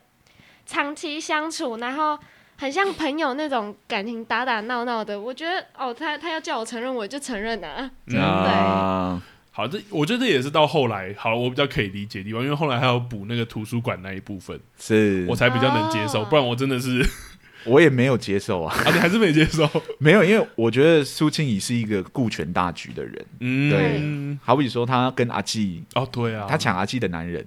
[SPEAKER 4] 长期相处，然后很像朋友那种感情打打闹闹的，我觉得哦，他他要叫我承认，我就承认啊。
[SPEAKER 1] 嗯
[SPEAKER 2] 啊，
[SPEAKER 1] 好，这我觉得这也是到后来，好了，我比较可以理解的地方，因为后来还有补那个图书馆那一部分，
[SPEAKER 2] 是
[SPEAKER 1] 我才比较能接受，
[SPEAKER 4] 哦
[SPEAKER 1] 不然我真的是，
[SPEAKER 2] 我也没有接受啊，
[SPEAKER 1] 啊，你还是没接 受，
[SPEAKER 2] 没有，因为我觉得苏庆怡是一个顾全大局的人，
[SPEAKER 1] 嗯，
[SPEAKER 2] 好比说他跟阿纪，
[SPEAKER 1] 哦，对啊，
[SPEAKER 2] 他抢阿纪的男人。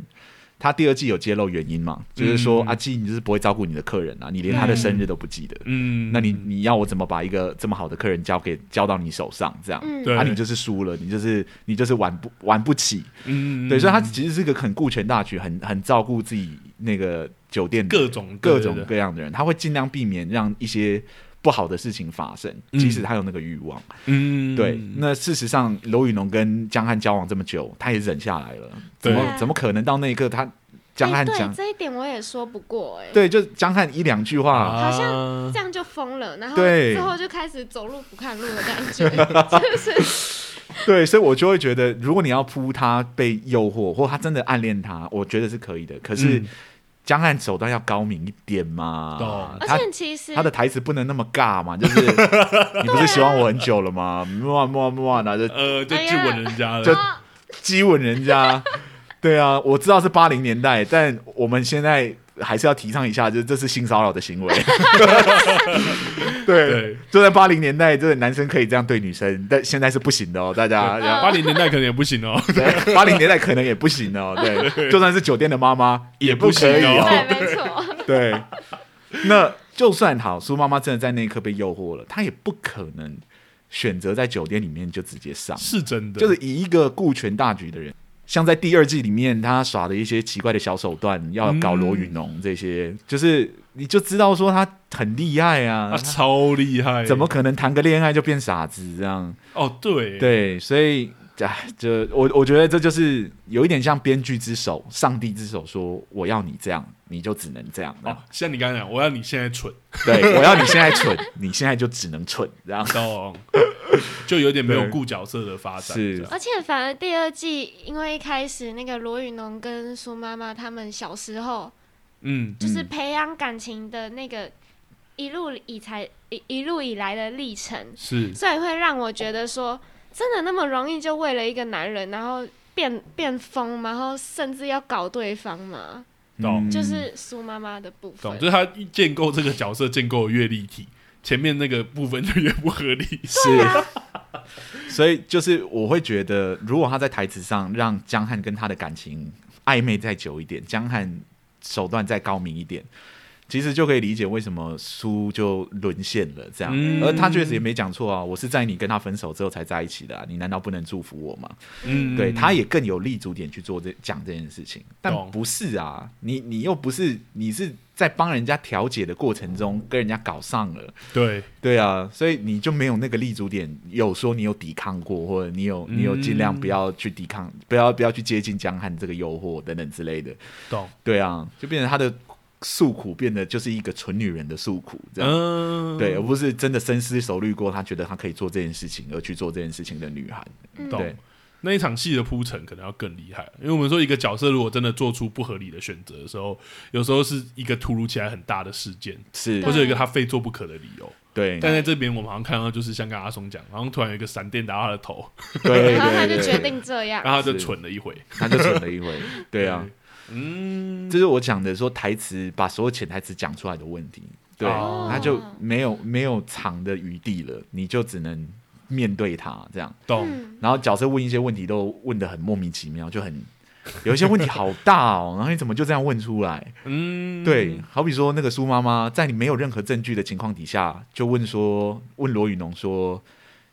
[SPEAKER 2] 他第二季有揭露原因嘛？就是说
[SPEAKER 1] 嗯
[SPEAKER 2] 阿纪，你就是不会照顾你的客人啊，你连他的生日都不记得。
[SPEAKER 1] 嗯，
[SPEAKER 2] 那你你要我怎么把一个这么好的客人交给交到你手上？这样，
[SPEAKER 4] 嗯
[SPEAKER 1] 对
[SPEAKER 2] 啊，你就是输了，你就是你就是玩不玩不起，
[SPEAKER 1] 嗯，
[SPEAKER 2] 对，所以他其实是个很顾全大局、很很照顾自己那个酒店的
[SPEAKER 1] 各
[SPEAKER 2] 人
[SPEAKER 1] 种
[SPEAKER 2] 各种
[SPEAKER 1] 对对对
[SPEAKER 2] 各样的人，他会尽量避免让一些不好的事情发生，
[SPEAKER 1] 嗯
[SPEAKER 2] 即使他有那个欲望。
[SPEAKER 1] 嗯，
[SPEAKER 2] 对，那事实上，娄宇农跟江汉交往这么久，他也忍下来了，
[SPEAKER 1] 对
[SPEAKER 2] 怎么怎么可能到那一刻他江
[SPEAKER 4] 哎
[SPEAKER 2] 汉
[SPEAKER 4] 对
[SPEAKER 2] 讲？
[SPEAKER 4] 这一点我也说不过哎、
[SPEAKER 2] 对，就江汉一两句话，
[SPEAKER 1] 啊
[SPEAKER 4] 好像这样就疯了，然后
[SPEAKER 2] 嗯对
[SPEAKER 4] 之后就开始走路不看路的感 觉，就是
[SPEAKER 2] 对，所以我就会觉得，如果你要扑他被诱惑，或他真的暗恋他，我觉得是可以的。可是
[SPEAKER 1] 嗯
[SPEAKER 2] 江汉手段要高明一点嘛，
[SPEAKER 1] 懂
[SPEAKER 4] 而
[SPEAKER 2] 他
[SPEAKER 4] 且其实
[SPEAKER 2] 他的台词不能那么尬嘛，就是你不是喜欢我很久 了吗？么么么，然后就
[SPEAKER 1] 呃，就
[SPEAKER 4] 哎
[SPEAKER 1] 去
[SPEAKER 4] 呀啊
[SPEAKER 1] 吻人家了，
[SPEAKER 2] 就激吻人家。对啊，我知道是八零年代，但我们现在还是要提倡一下，就是这是性骚扰 的行为。对，
[SPEAKER 1] 对。
[SPEAKER 2] 就在八零年代，就是男生可以这样对女生，但现在是不行的哦，大
[SPEAKER 4] 啊
[SPEAKER 2] 家。要
[SPEAKER 1] 八零年代可能也不行哦，
[SPEAKER 2] 对， 八零年代可能也不行哦。对，就算是酒店的妈妈
[SPEAKER 1] 也
[SPEAKER 2] 不
[SPEAKER 1] 不
[SPEAKER 2] 可以
[SPEAKER 1] 行哦
[SPEAKER 4] 对，
[SPEAKER 2] 哦。
[SPEAKER 4] 没错，
[SPEAKER 2] 对，那就算好，苏妈妈真的在那一刻被诱惑了，她也不可能选择在酒店里面就直接上，
[SPEAKER 1] 是真的，
[SPEAKER 2] 就是以一个顾全大局的人。像在第二季里面，他耍的一些奇怪的小手段，要
[SPEAKER 1] 嗯
[SPEAKER 2] 搞罗宇农这些，就是你就知道说他很厉害啊
[SPEAKER 1] 他，超厉害，
[SPEAKER 2] 怎么可能谈个恋爱就变傻子这样？
[SPEAKER 1] 哦，对，
[SPEAKER 2] 对，所以哎，就我我觉得这就是有一点像编剧之手、上帝之手说，我要你这样，你就只能这样。
[SPEAKER 1] 哦，像你刚才讲，我要你现在蠢，
[SPEAKER 2] 对，我要你现在蠢，你现在就只能蠢，这样。
[SPEAKER 1] 懂？ 就有点没有
[SPEAKER 2] 对
[SPEAKER 1] 顾角色的发展，
[SPEAKER 2] 是
[SPEAKER 1] 这样
[SPEAKER 4] 而且反而第二季，因为一开始那个罗宇农跟苏妈妈他们小时候，
[SPEAKER 1] 嗯，
[SPEAKER 4] 就是
[SPEAKER 2] 嗯
[SPEAKER 4] 培养感情的那个一路以才一一路以来的历程，
[SPEAKER 1] 是
[SPEAKER 4] 所以会让我觉得说，真的那么容易就为了一个男人，然后变变疯，然后甚至要搞对方吗？
[SPEAKER 2] 嗯
[SPEAKER 1] 懂
[SPEAKER 4] 就是苏妈妈的部分
[SPEAKER 1] 懂，就。是他建构这个角色建构的越立体，前面那个部分就越不合理， 啊
[SPEAKER 2] 是。 所以就是我会觉得，如果他在台词上让江汉跟他的感情暧昧再久一点，江汉手段再高明一点，其实就可以理解为什么苏就沦陷了这样。
[SPEAKER 1] 嗯
[SPEAKER 2] 而他确实也没讲错啊，我是在你跟他分手之后才在一起的、啊，你难道不能祝福我吗？
[SPEAKER 1] 嗯，
[SPEAKER 2] 对，他也更有立足点去做这讲这件事情，但
[SPEAKER 1] 懂
[SPEAKER 2] 不是啊，你你又不是你是在帮人家调解的过程中跟人家搞上了。
[SPEAKER 1] 对，
[SPEAKER 2] 对啊，所以你就没有那个立足点，有说你有抵抗过，或者你有
[SPEAKER 1] 嗯
[SPEAKER 2] 你有尽量不要去抵抗，不要不要去接近江汉这个诱惑等等之类的。
[SPEAKER 1] 懂。
[SPEAKER 2] 对啊，就变成她的诉苦变得就是一个纯女人的诉苦这样。
[SPEAKER 1] 嗯，
[SPEAKER 2] 对，而不是真的深思熟虑过，她觉得她可以做这件事情而去做这件事情的女孩。
[SPEAKER 1] 懂
[SPEAKER 2] 对。
[SPEAKER 1] 那一场戏的铺陈可能要更厉害，因为我们说一个角色如果真的做出不合理的选择的时候，有时候是一个突如其来很大的事件，
[SPEAKER 2] 是
[SPEAKER 1] 或，者有一个他非做不可的理由。
[SPEAKER 2] 对，
[SPEAKER 1] 但在这边我们好像看到，就是像刚刚阿松讲，好像突然有一个闪电打到他的头，
[SPEAKER 2] 对，
[SPEAKER 4] 然后他
[SPEAKER 2] 对
[SPEAKER 4] 就
[SPEAKER 2] 对
[SPEAKER 4] 决定这样，
[SPEAKER 1] 然后他就是蠢了一回。
[SPEAKER 2] 他就蠢了一回。对啊，
[SPEAKER 1] 嗯，
[SPEAKER 2] 这是我讲的说台词把所有潜台词讲出来的问题。对，
[SPEAKER 1] 哦
[SPEAKER 2] 他就没有没有藏的余地了，你就只能面对他这样。
[SPEAKER 1] 懂。
[SPEAKER 4] 嗯，
[SPEAKER 2] 然后角色问一些问题都问得很莫名其妙，就很有一些问题好大哦，然后你怎么就这样问出来？
[SPEAKER 1] 嗯，
[SPEAKER 2] 对，好比说那个苏妈妈在你没有任何证据的情况底下，就问说问罗宇农说。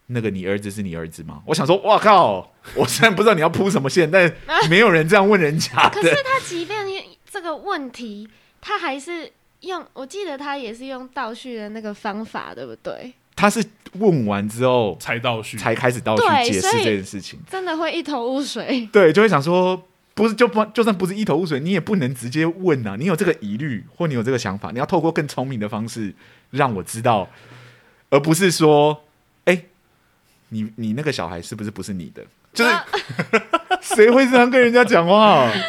[SPEAKER 2] 那个，你儿子是你儿子吗？我想说，哇靠！我虽然不知道你要铺什么线，但没有人这样问人家
[SPEAKER 4] 可是
[SPEAKER 2] 的。
[SPEAKER 4] 他即便这个问题，他还是用，我记得他也是用倒叙的那个方法，对不对？
[SPEAKER 2] 他是问完之后
[SPEAKER 1] 才倒叙，
[SPEAKER 2] 才开始倒
[SPEAKER 4] 对
[SPEAKER 2] 叙解释
[SPEAKER 4] 所以
[SPEAKER 2] 这件事情。
[SPEAKER 4] 真的会一头雾水。
[SPEAKER 2] 对，就会想说，不是就不就算不是一头雾水，你也不能直接问啊。你有这个疑虑或你有这个想法，你要透过更聪明的方式让我知道，而不是说，哎、你你那个小孩是不是不是你的？ 就是哦
[SPEAKER 4] 啊
[SPEAKER 2] 谁会这样跟人家讲话？啊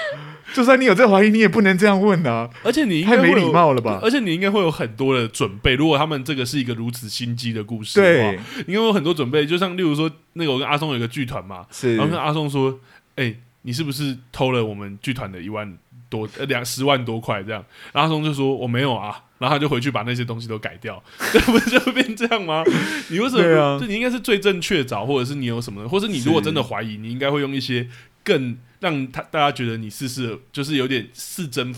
[SPEAKER 2] 就算你有这怀疑，你也不能这样问啊，
[SPEAKER 1] 而且你应该
[SPEAKER 2] 太没
[SPEAKER 1] 会有
[SPEAKER 2] 礼貌了吧？
[SPEAKER 1] 而且你应该会有很多的准备。如果他们这个是一个如此心机的故事的话
[SPEAKER 2] 对，，
[SPEAKER 1] 你应该会有很多准备。就像例如说，那个我跟阿松有一个剧团嘛，
[SPEAKER 2] 是
[SPEAKER 1] 然后跟阿松说：“哎、你是不是偷了我们剧团的一万多呃两十万多块这样？”然后阿松就说：“我没有啊。”然后他就回去把那些东西都改掉， 这不就变这样吗？你为什
[SPEAKER 2] 对
[SPEAKER 1] 么？
[SPEAKER 2] 啊
[SPEAKER 1] 就你应该是最正确找，或者是你有什么，或是你如果真的怀疑，你应该会用一些更让他大家觉得你似是就是有点似真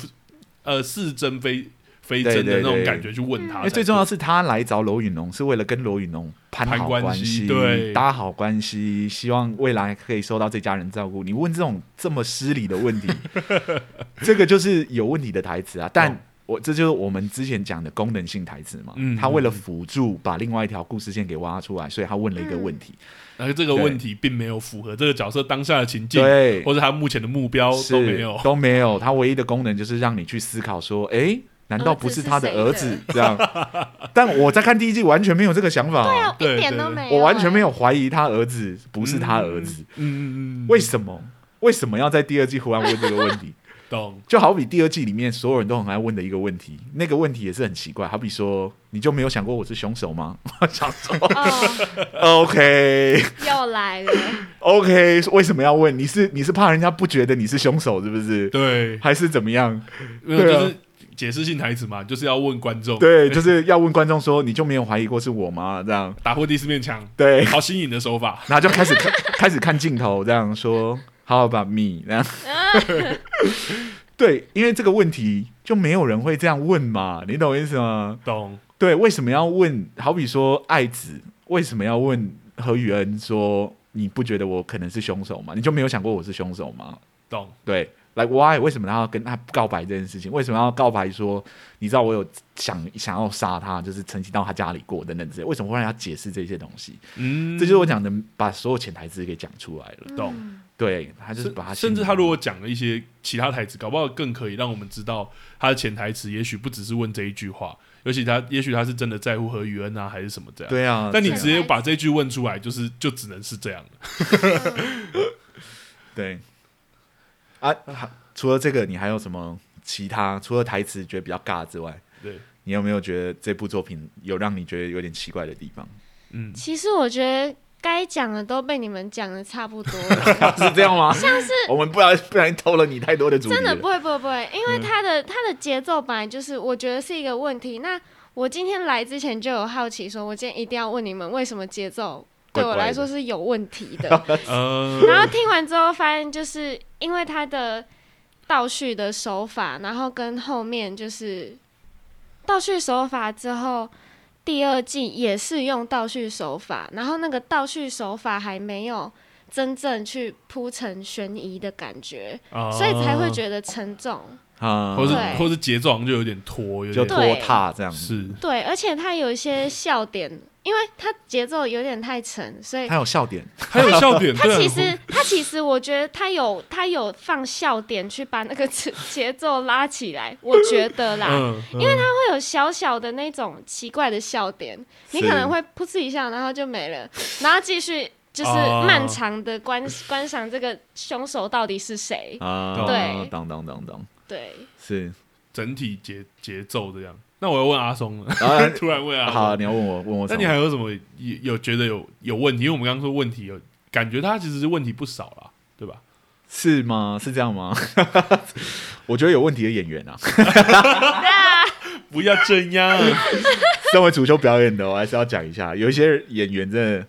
[SPEAKER 1] 呃似真非非真的那种
[SPEAKER 2] 对对对嗯
[SPEAKER 1] 感觉去问他才
[SPEAKER 2] 因
[SPEAKER 1] 对。
[SPEAKER 2] 哎为最重要是他来找罗宇农是为了跟罗宇农攀
[SPEAKER 1] 攀
[SPEAKER 2] 好
[SPEAKER 1] 关
[SPEAKER 2] 关
[SPEAKER 1] 系
[SPEAKER 2] 系，
[SPEAKER 1] 对
[SPEAKER 2] 搭好关系，希望未来可以受到这家人照顾。你问这种这么失礼的 问题，这个就是有问题的台词啊！
[SPEAKER 1] 懂
[SPEAKER 2] 但我这就是我们之前讲的功能性台词嘛，
[SPEAKER 1] 哦嗯
[SPEAKER 2] 他为了辅助把另外一条故事线给挖出来，所以他问了一个问题，
[SPEAKER 1] 然后这个
[SPEAKER 2] 对
[SPEAKER 1] 问题并没有符合这个角色当下的情境，
[SPEAKER 2] 对
[SPEAKER 1] 或者他目前的目标嗯
[SPEAKER 2] 是
[SPEAKER 1] 都没有。哦
[SPEAKER 2] 都没有，他唯一的功能就是让你去思考说，诶，难道不是他的儿
[SPEAKER 4] 儿子是
[SPEAKER 2] 子
[SPEAKER 4] 谁
[SPEAKER 2] 这样？但我在看第一季完全没有这个想法、
[SPEAKER 4] 对啊，
[SPEAKER 1] 对
[SPEAKER 4] 一点都没有、
[SPEAKER 2] 我完全没有怀疑他儿子不是他儿子，
[SPEAKER 1] 哎嗯嗯嗯，
[SPEAKER 2] 为什么？为什么要在第二季忽然问这个问 题？
[SPEAKER 1] 懂
[SPEAKER 2] 就好比第二季里面所有人都很爱问的一个问题，那个问题也是很奇怪。好比说，你就没有想过我是凶手吗？ 我想 说
[SPEAKER 4] 欸。哦，
[SPEAKER 2] ，OK
[SPEAKER 4] 又来 了，
[SPEAKER 2] OK，为什么要问？你是你是怕人家不觉得你是凶手是不是？
[SPEAKER 1] 对，
[SPEAKER 2] 还是怎么样？
[SPEAKER 1] 没有
[SPEAKER 2] 对啊
[SPEAKER 1] 就是解释性台词嘛，就是要问观众，哎
[SPEAKER 2] 对，就是要问观众说，你就没有怀疑过是我吗？这样
[SPEAKER 1] 打破第四面墙，
[SPEAKER 2] 对，
[SPEAKER 1] 好新颖的手法，
[SPEAKER 2] 然后就开始看 开始看镜头，这样说 How about me？这样，对，因为这个问题就没有人会这样问嘛，你懂我意思吗？
[SPEAKER 1] 懂
[SPEAKER 2] 对，为什么要问？好比说爱子，为什么要问何宇恩说你不觉得我可能是凶手吗？你就没有想过我是凶手吗？
[SPEAKER 1] 懂
[SPEAKER 2] 对，like why？为什么他要跟他告白这件事情？为什么要告白说你知道我有想想要杀他，就是曾经到他家里过等等之类？为什么会让他解释这些东西？
[SPEAKER 1] 嗯，
[SPEAKER 2] 这就是我讲的，把所有潜台词给讲出来了。
[SPEAKER 1] 懂，
[SPEAKER 4] 嗯
[SPEAKER 2] 对，他就是
[SPEAKER 1] 甚
[SPEAKER 2] 把他
[SPEAKER 1] 甚至
[SPEAKER 2] 心里
[SPEAKER 1] 他如果讲了一些其他台词，搞不好更可以让我们知道他的潜台词，也许不只是问这一句话，尤其他也许他是真的在乎何宇恩啊，还是什么这样。
[SPEAKER 2] 对啊，
[SPEAKER 1] 但你
[SPEAKER 2] 对啊
[SPEAKER 1] 直接把这句问出来，就是就只能是这样了。
[SPEAKER 2] 对啊，还除了这个，你还有什么其他？除了台词觉得比较尬之外，
[SPEAKER 1] 对，
[SPEAKER 2] 你有没有觉得这部作品有让你觉得有点奇怪的地 方？
[SPEAKER 1] 嗯，
[SPEAKER 4] 其实我觉得该讲的都被你们讲的差不多 了。
[SPEAKER 2] 是这样吗？像是我们不然不然偷了你太多的主题
[SPEAKER 4] 真的不
[SPEAKER 2] 了。
[SPEAKER 4] 会，不会，不会，因
[SPEAKER 2] 嗯
[SPEAKER 4] 为他的、他的节奏本来就是，我觉得是一个问题。那我今天来之前就有好奇说，我今天一定要问你们，为什么节奏对我
[SPEAKER 2] 怪怪的
[SPEAKER 4] 来说是有问题的？
[SPEAKER 1] 呃，
[SPEAKER 4] 然后听完之后发现，就是因为他的倒叙的手法，然后跟后面就是倒叙手法之后，第二季也是用倒叙手法，然后那个倒叙手法还没有真正去铺成悬疑的感觉，
[SPEAKER 1] 啊，
[SPEAKER 4] 所以才会觉得沉重。
[SPEAKER 2] 啊，
[SPEAKER 1] 或是
[SPEAKER 4] 对
[SPEAKER 1] 或是节奏好像就有点拖，有
[SPEAKER 2] 就
[SPEAKER 1] 点
[SPEAKER 2] 拖沓这样，
[SPEAKER 1] 是
[SPEAKER 4] 对，而且它有一些笑点，因为它节奏有点太沉，所以
[SPEAKER 2] 它有笑点，
[SPEAKER 1] 还有笑点，
[SPEAKER 4] 它
[SPEAKER 1] 对啊
[SPEAKER 4] 其实它其实我觉得它有它有放笑点去把那个节节奏拉起来，我觉得啦。
[SPEAKER 1] 嗯，因为他
[SPEAKER 4] 会有小小的那种奇怪的笑点，你
[SPEAKER 2] 是
[SPEAKER 4] 可能会噗嗤一下，然后就没了，然后继续就是
[SPEAKER 1] 哦
[SPEAKER 4] 漫长的观、观赏这个凶手到底是谁。
[SPEAKER 2] 啊，
[SPEAKER 4] 对
[SPEAKER 2] 当当当当，
[SPEAKER 4] 对，
[SPEAKER 2] 是
[SPEAKER 1] 整体节节奏这样。那我要问阿松了，
[SPEAKER 2] 啊
[SPEAKER 1] 突然问阿松，
[SPEAKER 2] 好，你要问我问我什
[SPEAKER 1] 那你
[SPEAKER 2] 么？
[SPEAKER 1] 还有什么有有觉得有有问题？因为我们刚刚说问题有，感觉他其实是问题不少啦，对吧？
[SPEAKER 2] 是吗？是这样吗？ 我觉得有问题的演员啊，
[SPEAKER 1] 不要这样，
[SPEAKER 2] 身为足球表演的，我还是要讲一下，有一些演员真的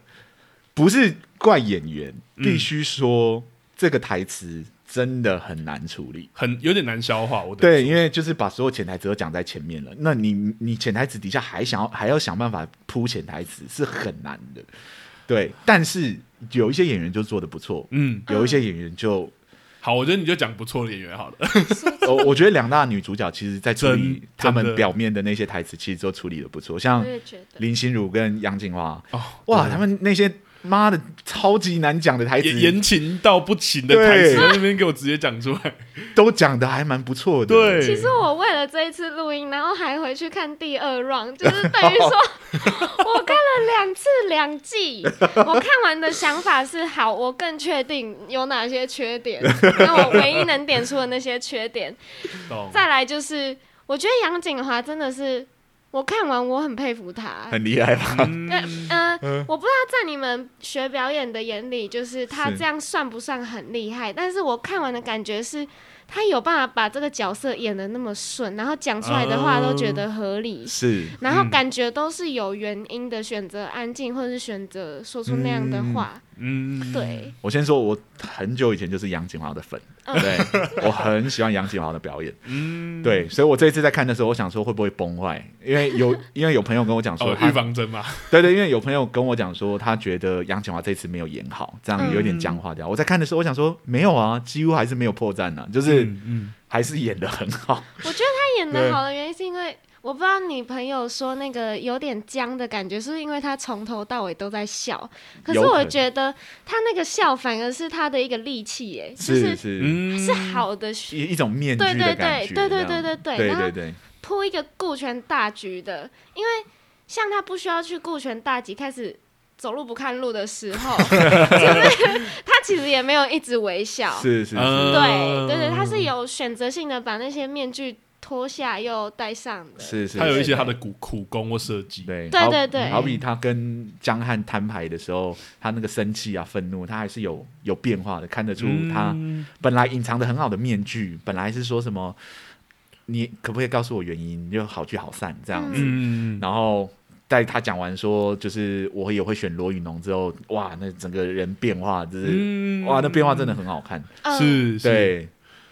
[SPEAKER 2] 不是怪演员，
[SPEAKER 1] 嗯
[SPEAKER 2] 必须说这个台词真的很难处理。
[SPEAKER 1] 很有点难消化。我得
[SPEAKER 2] 对，
[SPEAKER 1] 说
[SPEAKER 2] 因为就是把所有潜台词都讲在前面了，那你你潜台词底下还想要还要想办法铺潜台词是很难的，对。但是有一些演员就做的不错，
[SPEAKER 1] 嗯，
[SPEAKER 2] 有一些演员就
[SPEAKER 1] 好，我觉得你就讲不错的演员好了。
[SPEAKER 2] 我我觉得两大女主角其实，在处理
[SPEAKER 1] 真
[SPEAKER 2] 她
[SPEAKER 1] 真
[SPEAKER 2] 们
[SPEAKER 1] 的
[SPEAKER 2] 表面的那些台词，其实都处理的不错。像
[SPEAKER 4] 我也觉得。
[SPEAKER 2] 林心如跟杨锦华，
[SPEAKER 1] 哦，
[SPEAKER 2] 哇，
[SPEAKER 1] 对
[SPEAKER 2] 他们那些妈的超级难讲的台词，
[SPEAKER 1] 言言情到不行的台词，在那边给我直接讲出来。
[SPEAKER 2] 都讲的还蛮不错的。
[SPEAKER 1] 对，
[SPEAKER 4] 其实我为了这一次录音，然后还回去看第二 round，就是等于说我看了两次两季。我看完的想法是好，我更确定有哪些缺点，那我唯一能点出的那些缺点，
[SPEAKER 1] 懂
[SPEAKER 4] 再来就是，我觉得杨景华真的是，我看完我很佩服他。
[SPEAKER 2] 很厉害吧？
[SPEAKER 1] 嗯
[SPEAKER 4] 呃，我不知道在你们学表演的眼里，就是他
[SPEAKER 2] 是
[SPEAKER 4] 这样算不算很厉害？但是我看完的感觉是，他有办法把这个角色演的那么顺，然后讲出来的话都觉得合理，
[SPEAKER 2] 是
[SPEAKER 4] 然后
[SPEAKER 1] 嗯
[SPEAKER 4] 感觉都是有原因的，选择安静或是选择说出那样的话。
[SPEAKER 1] 嗯，
[SPEAKER 4] 对，
[SPEAKER 2] 我先说，我很久以前就是杨锦华的粉，
[SPEAKER 4] 嗯
[SPEAKER 2] 对我很喜欢杨锦华的表演，
[SPEAKER 1] 嗯，
[SPEAKER 2] 对，所以我这一次在看的时候，我想说会不会崩坏，因为有因为有朋友跟我讲说
[SPEAKER 1] 哦，
[SPEAKER 2] 他
[SPEAKER 1] 预防针嘛，
[SPEAKER 2] 对对，因为有朋友跟我讲说，他觉得杨景华这次没有演好，这样有点僵化掉。我在看的时候，我想说没有啊，几乎还是没有破绽呢、就是
[SPEAKER 1] 嗯嗯，
[SPEAKER 2] 还是演的很好。
[SPEAKER 4] 我觉得他演
[SPEAKER 2] 对
[SPEAKER 4] 的好的原因是因为。我不知道你朋友说那个有点僵的感觉，是不是因为他从头到尾都在笑？可是
[SPEAKER 2] 有可
[SPEAKER 4] 我
[SPEAKER 2] 能
[SPEAKER 4] 觉得他那个笑反而是他的一个利器，耶，就是是
[SPEAKER 2] 是，
[SPEAKER 1] 嗯
[SPEAKER 4] 是好的学
[SPEAKER 2] 一一种面具的感觉。
[SPEAKER 4] 对对对
[SPEAKER 2] 这样
[SPEAKER 4] 对对对对
[SPEAKER 2] 对
[SPEAKER 4] 然
[SPEAKER 2] 对
[SPEAKER 4] 后
[SPEAKER 2] 对，
[SPEAKER 4] 铺一个顾全大局的，因为像他不需要去顾全大局，开始走路不看路的时 候，就是他其实也没有一直微笑，
[SPEAKER 2] 是是
[SPEAKER 1] 嗯
[SPEAKER 2] 是
[SPEAKER 4] 对对对，他是有选择性的把那些面具脱下又戴上的，
[SPEAKER 2] 是是，
[SPEAKER 1] 他有一些
[SPEAKER 2] 是
[SPEAKER 1] 他的苦苦工或设计，
[SPEAKER 2] 对
[SPEAKER 4] 对
[SPEAKER 2] 好
[SPEAKER 4] 对对
[SPEAKER 2] 好比他跟江汉摊牌的时候，他那个生气啊、愤怒，他还是有有变化的，看得出他
[SPEAKER 1] 嗯
[SPEAKER 2] 本来隐藏的很好的面具，本来是说什么，你可不可以告诉我原因，就好聚好散这样子。
[SPEAKER 1] 嗯，
[SPEAKER 2] 然后在他讲完说，就是我也会选罗宇农之后，哇，那整个人变化，就是、
[SPEAKER 1] 嗯
[SPEAKER 2] 哇，那变化真的很好看。
[SPEAKER 4] 嗯，
[SPEAKER 1] 是，是，
[SPEAKER 2] 对，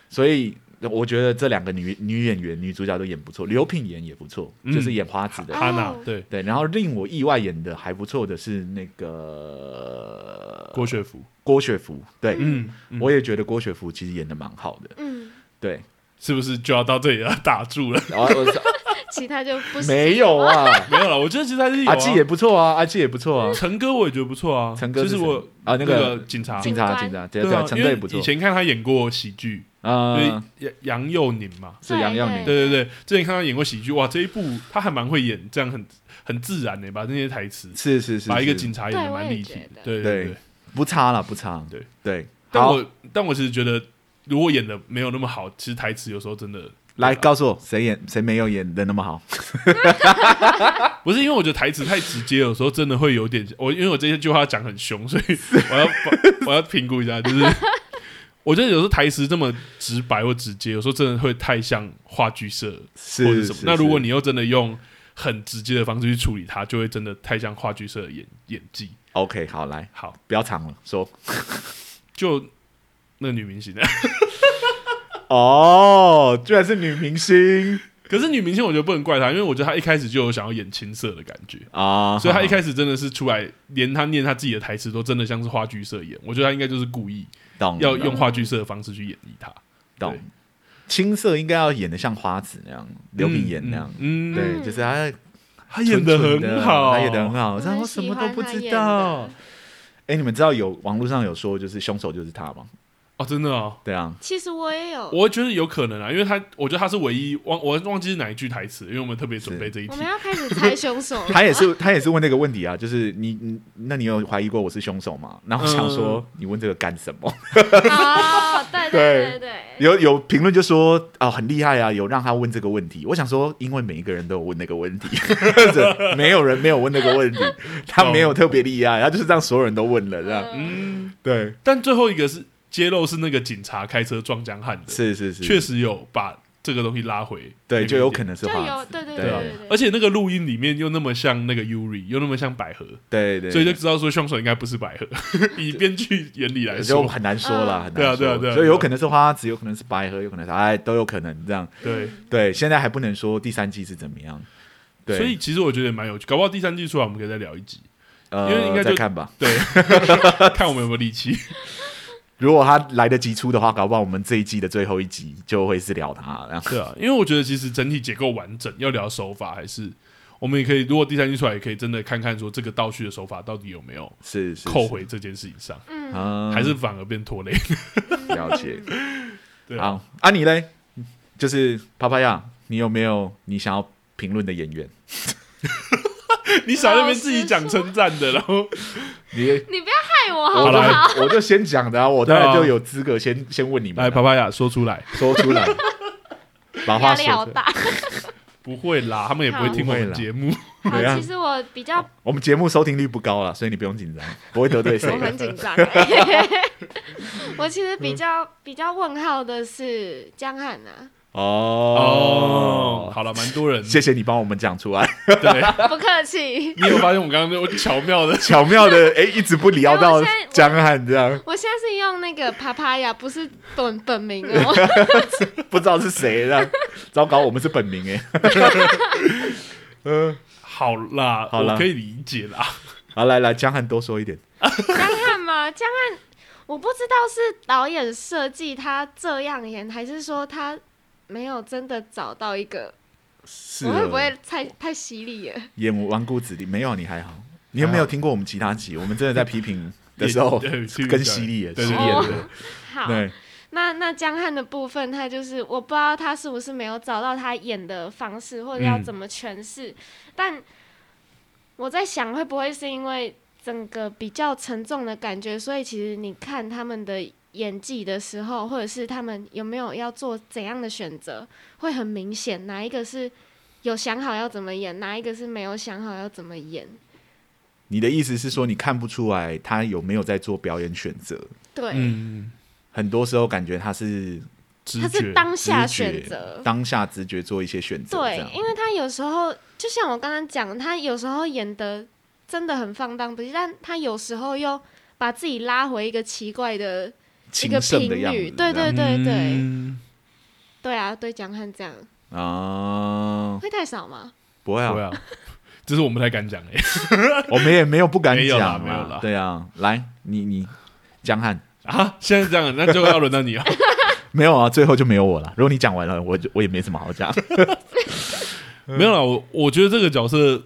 [SPEAKER 2] 所以我觉得这两个女女演员、女主角都演不错，刘品言也不错，
[SPEAKER 1] 嗯
[SPEAKER 2] 就是演花子的。
[SPEAKER 4] 啊
[SPEAKER 1] 哈娜
[SPEAKER 4] 哦
[SPEAKER 1] 对
[SPEAKER 2] 对，然后令我意外演的还不错的是那个
[SPEAKER 1] 郭学福，
[SPEAKER 2] 郭雪芙，对、
[SPEAKER 1] 嗯，嗯
[SPEAKER 2] 我也觉得郭雪芙其实演的蛮好的，
[SPEAKER 4] 嗯，
[SPEAKER 2] 对，
[SPEAKER 1] 是不是就要到这里要啊打住了？
[SPEAKER 2] 然后我
[SPEAKER 4] 其他就不行
[SPEAKER 2] 没有啊，
[SPEAKER 1] 没有了，我觉得其实还 是有啊
[SPEAKER 2] 阿纪也不错啊，阿纪也不错啊，
[SPEAKER 1] 陈哥我也觉得不错啊，
[SPEAKER 2] 陈哥
[SPEAKER 1] 就是
[SPEAKER 2] 谁
[SPEAKER 1] 我
[SPEAKER 2] 啊那
[SPEAKER 1] 那
[SPEAKER 2] 个
[SPEAKER 1] 个警察。
[SPEAKER 2] 警察警察，对
[SPEAKER 1] 对啊
[SPEAKER 2] 对，，陈
[SPEAKER 1] 因
[SPEAKER 2] 队
[SPEAKER 1] 为
[SPEAKER 2] 不错
[SPEAKER 1] 以，前看他演过喜剧，
[SPEAKER 2] 啊，
[SPEAKER 1] 就是杨杨佑宁嘛，
[SPEAKER 2] 是杨耀宁，
[SPEAKER 1] 对对对，之前看他演过喜剧，哇，这一部他还蛮会演，这样很很自然的、把那些台词，
[SPEAKER 2] 是是是，
[SPEAKER 1] 把一个
[SPEAKER 2] 是
[SPEAKER 1] 警察演的
[SPEAKER 4] 对
[SPEAKER 1] 蛮
[SPEAKER 4] 我也
[SPEAKER 1] 立体的，
[SPEAKER 4] 觉
[SPEAKER 1] 对
[SPEAKER 2] 对
[SPEAKER 1] 对。
[SPEAKER 2] 不差了，不差，
[SPEAKER 1] 对
[SPEAKER 2] 对。
[SPEAKER 1] 但
[SPEAKER 2] 好，
[SPEAKER 1] 我但我其实觉得，如果演的没有那么好，其实台词有时候真的
[SPEAKER 2] 来告诉我谁演谁没有演的那么好？
[SPEAKER 1] 不是因为我觉得台词太直接，有时候真的会有点我因为我这些句话讲很凶，所以我要把我要评估一下， 就是我觉得有时候台词这么直白或直接，有时候真的会太像话剧社
[SPEAKER 2] 是
[SPEAKER 1] 或者什么
[SPEAKER 2] 是。
[SPEAKER 1] 那如果
[SPEAKER 2] 是
[SPEAKER 1] 你又真的用很直接的方式去处理它，就会真的太像话剧社的演演技。
[SPEAKER 2] OK 好来，
[SPEAKER 1] 好，
[SPEAKER 2] 不要藏了，说
[SPEAKER 1] 就 那女明星的，
[SPEAKER 2] 哦，居然是女明星，
[SPEAKER 1] 可是女明星我觉得不能怪她，因为我觉得她一开始就有想要演青涩的感觉，
[SPEAKER 2] 啊，
[SPEAKER 1] 所以她一开始真的是出来，连她念她自己的台词都真的像是话剧社演。我觉得她应该就是故意
[SPEAKER 2] 懂
[SPEAKER 1] 要用话剧社的方式去演绎她，
[SPEAKER 2] 懂
[SPEAKER 1] 对
[SPEAKER 2] 青涩应该要演的像花子那样，刘品言那样，
[SPEAKER 1] 嗯，嗯，
[SPEAKER 2] 对，就是他
[SPEAKER 1] 她演的
[SPEAKER 2] 蠢蠢
[SPEAKER 1] 很好，
[SPEAKER 2] 他演的很好，
[SPEAKER 4] 我
[SPEAKER 2] 但
[SPEAKER 4] 很
[SPEAKER 2] 我什
[SPEAKER 4] 喜
[SPEAKER 2] 么都
[SPEAKER 4] 欢
[SPEAKER 2] 不
[SPEAKER 4] 他
[SPEAKER 2] 知
[SPEAKER 4] 演
[SPEAKER 2] 道
[SPEAKER 4] 的。
[SPEAKER 2] 哎，你们知道有网络上有说就是凶手就是他吗？
[SPEAKER 1] 哦，真的哦。
[SPEAKER 2] 对啊，
[SPEAKER 4] 其实我也有，
[SPEAKER 1] 我会觉得有可能啊，因为她，我觉得她是唯一忘，我忘记是哪一句台词，因为我们特别准备这一
[SPEAKER 4] 我
[SPEAKER 1] 题
[SPEAKER 4] 们。要开始猜凶手 了。
[SPEAKER 2] 他也是他也是问那个问题啊，就是你你那你有怀疑过我是凶手吗？然后我想说你问这个干什么？
[SPEAKER 4] 哦，对对对对，
[SPEAKER 2] 有有评论就说啊、很厉害啊，有让他问这个问题。我想说，因为每一个人都有问那个问题， 这没有人没有问那个问题，他没有特别厉害，他啊就是让 所有人都问了这样。
[SPEAKER 1] 嗯，
[SPEAKER 2] 对，
[SPEAKER 1] 但最后一个是揭露是那个警察开车撞江汉的，
[SPEAKER 2] 是是是，
[SPEAKER 1] 确实有把这个东西拉回，
[SPEAKER 2] 对，就有可
[SPEAKER 1] 能。
[SPEAKER 2] 能是
[SPEAKER 4] 就
[SPEAKER 2] 花
[SPEAKER 4] 有
[SPEAKER 2] 子，
[SPEAKER 4] 对对
[SPEAKER 2] 对
[SPEAKER 4] 对
[SPEAKER 2] 啊
[SPEAKER 4] 对对，
[SPEAKER 1] 而且那个录音里面又那么像那个 Yuri，又那么像百合，
[SPEAKER 2] 对对，
[SPEAKER 1] 所以就知道说凶手应该不是百合。 以编剧原理来
[SPEAKER 2] 就
[SPEAKER 1] 说，
[SPEAKER 2] 很难说了，
[SPEAKER 4] 嗯
[SPEAKER 2] 很难
[SPEAKER 1] 对啊
[SPEAKER 2] 说
[SPEAKER 1] 对啊对啊
[SPEAKER 2] 所以有可能是花子，有可能是白河，有可能是哎，都有可能这样。
[SPEAKER 1] 对，
[SPEAKER 2] 对，现在还不能说第三季是怎么样。对，
[SPEAKER 1] 所以其实我觉得也蛮有趣，搞不好第三季出来我们可以再聊一集，
[SPEAKER 2] 呃，
[SPEAKER 1] 因为应该就
[SPEAKER 2] 再看吧。
[SPEAKER 1] 对，看我们有没有力气。
[SPEAKER 2] 如果他来得及出的话，搞不好我们这一季的最后一集就会是聊他。然后
[SPEAKER 1] 对啊，因为我觉得其实整体结构完整，要聊手法还是我们也可以，如果第三季出来，也可以真的看看说这个倒叙的手法到底有没有
[SPEAKER 2] 是是
[SPEAKER 1] 扣
[SPEAKER 2] 是
[SPEAKER 1] 回这件事情上，
[SPEAKER 4] 嗯，
[SPEAKER 2] 啊，
[SPEAKER 1] 还是反而变 拖累。
[SPEAKER 2] 了解。
[SPEAKER 1] 对啊，
[SPEAKER 2] 好，啊你嘞，就是帕帕亚，你有没有你想要评论的演员？
[SPEAKER 1] 你少在那边自己讲称赞的，然后
[SPEAKER 2] 你
[SPEAKER 4] 你不要害我好
[SPEAKER 2] 我
[SPEAKER 1] 好
[SPEAKER 4] 不
[SPEAKER 1] 啦
[SPEAKER 4] 好？
[SPEAKER 2] 我就先讲的啊，我当
[SPEAKER 1] 对
[SPEAKER 2] 然
[SPEAKER 1] 啊
[SPEAKER 2] 就有资格先先问你们
[SPEAKER 1] 来，
[SPEAKER 2] 啊，
[SPEAKER 1] 帕帕亚说出来，
[SPEAKER 2] 说 出来，把话
[SPEAKER 4] 压力
[SPEAKER 2] 说
[SPEAKER 4] 好
[SPEAKER 2] 出来。
[SPEAKER 4] 大。
[SPEAKER 1] 不会啦，他们也不会听我们节目。
[SPEAKER 2] 怎样
[SPEAKER 4] 好，其实我比较
[SPEAKER 2] 我们节目收听率不高了，所以你不用紧张，不会得罪谁
[SPEAKER 4] 我
[SPEAKER 2] 的。
[SPEAKER 4] 很紧 张。我其实比较比较问号的是江汉 啊，
[SPEAKER 1] 哦，
[SPEAKER 2] 哦，
[SPEAKER 1] 好了，蛮多人。
[SPEAKER 2] 谢谢你帮我们讲出来，
[SPEAKER 1] 对，
[SPEAKER 4] 不客气。
[SPEAKER 1] 你有发现我们刚刚那种巧妙的？
[SPEAKER 2] 巧妙 的哎，一直不聊到
[SPEAKER 4] 哎我现在我
[SPEAKER 2] 江汉这样，
[SPEAKER 4] 我现在是用那个啪啪呀，不是本本名 哦。
[SPEAKER 2] 不知道是谁这样。糟糕，我们是本名哎。嗯，
[SPEAKER 1] 好啦，
[SPEAKER 2] 好啦
[SPEAKER 1] 我可以理解啦。
[SPEAKER 2] 好，来来，江汉多说一点。
[SPEAKER 4] 江汉吗？江汉，我不知道是导演设计他这样演，还是说他没有真的找到一个。
[SPEAKER 2] 是啊
[SPEAKER 4] 我会不会太太犀利了？
[SPEAKER 2] 演顽固子弟？没有，你还好。你有没有听过我们其他集？我们真的在批评的时候
[SPEAKER 1] 也对批评
[SPEAKER 2] 跟犀利耶，
[SPEAKER 1] 对
[SPEAKER 2] 犀
[SPEAKER 1] 对
[SPEAKER 2] 利
[SPEAKER 4] 对
[SPEAKER 2] 耶
[SPEAKER 1] 对
[SPEAKER 4] 好，
[SPEAKER 2] 对，
[SPEAKER 4] 那那江汉的部分，他就是我不知道他是不是没有找到他演的方式，或者要
[SPEAKER 1] 嗯
[SPEAKER 4] 怎么诠释。但我在想，会不会是因为整个比较沉重的感觉，所以其实你看他们的演技的时候，或者是他们有没有要做怎样的选择，会很明显哪一个是有想好要怎么演，哪一个是没有想好要怎么演。
[SPEAKER 2] 你的意思是说你看不出来他有没有在做表演选择？
[SPEAKER 4] 对，
[SPEAKER 1] 嗯，
[SPEAKER 2] 很多时候感觉他是
[SPEAKER 1] 直
[SPEAKER 4] 他
[SPEAKER 1] 觉
[SPEAKER 4] 是。当下
[SPEAKER 2] 直觉
[SPEAKER 4] 选择，
[SPEAKER 2] 当下直觉做一些选择。
[SPEAKER 4] 对
[SPEAKER 2] 这样，
[SPEAKER 4] 因为他有时候就像我刚刚讲，他有时候演的真的很放荡不羁，但他有时候又把自己拉回一个奇怪的一个
[SPEAKER 2] 情圣
[SPEAKER 4] 频
[SPEAKER 2] 的样子
[SPEAKER 4] 率，
[SPEAKER 2] 这样，
[SPEAKER 4] 对对对对、
[SPEAKER 1] 嗯
[SPEAKER 4] 对啊，对蒋汉这样
[SPEAKER 2] 啊，
[SPEAKER 4] 会太少吗？
[SPEAKER 2] 不会啊
[SPEAKER 1] 对，啊， 只是我们不太敢讲哎。
[SPEAKER 2] 我们也没有不敢
[SPEAKER 1] 没有啦
[SPEAKER 2] 讲
[SPEAKER 1] 没有啦
[SPEAKER 2] 对啊，来，你你江汉
[SPEAKER 1] 啊， 现在这样，那就要轮到 你了。啊
[SPEAKER 2] 没有啊，最后就没有我了。如果你讲完了，我就我也没什么好讲。
[SPEAKER 1] 没有啦，我我觉得这个角色，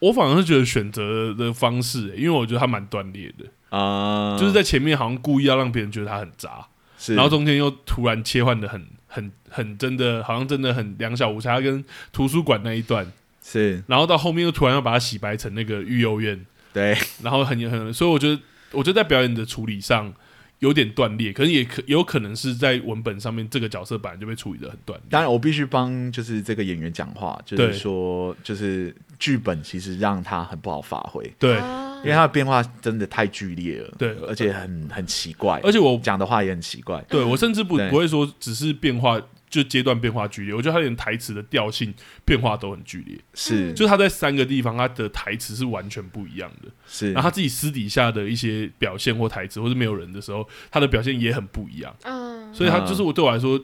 [SPEAKER 1] 我反而是觉得选择的方式欸，因为我觉得他蛮断裂的，
[SPEAKER 2] 啊，
[SPEAKER 1] 就是在前面好像故意要让别人觉得他很渣，
[SPEAKER 2] 是，
[SPEAKER 1] 然后中间又突然切换的很很很真的，好像真的很两小无猜。他跟图书馆那一段，
[SPEAKER 2] 是
[SPEAKER 1] 然后到后面又突然要把它洗白成那个育幼院，
[SPEAKER 2] 对，
[SPEAKER 1] 然后很很，所以我觉得，我觉得在表演的处理上有点断裂，可是也可有可能是在文本上面，这个角色本来就被处理的很断裂。
[SPEAKER 2] 当然我必须帮就是这个演员讲话，就
[SPEAKER 1] 对
[SPEAKER 2] 是说就是剧本其实让他很不好发挥，
[SPEAKER 1] 对，
[SPEAKER 4] 啊
[SPEAKER 2] 因为他的变化真的太剧烈了，
[SPEAKER 1] 对
[SPEAKER 2] 而且很很奇怪，
[SPEAKER 1] 而且我
[SPEAKER 2] 讲的话也很奇怪，
[SPEAKER 1] 对我甚至不
[SPEAKER 2] 对
[SPEAKER 1] 不会说只是变化，就阶段变化剧烈。我觉得他连台词的调性变化都很剧烈，
[SPEAKER 2] 是
[SPEAKER 1] 嗯就是他在三个地方他的台词是完全不一样的。
[SPEAKER 2] 是，
[SPEAKER 1] 然后他自己私底下的一些表现或台词，或是没有人的时候，他的表现也很不一样。
[SPEAKER 4] 嗯，
[SPEAKER 1] 所以他就是我对我来说，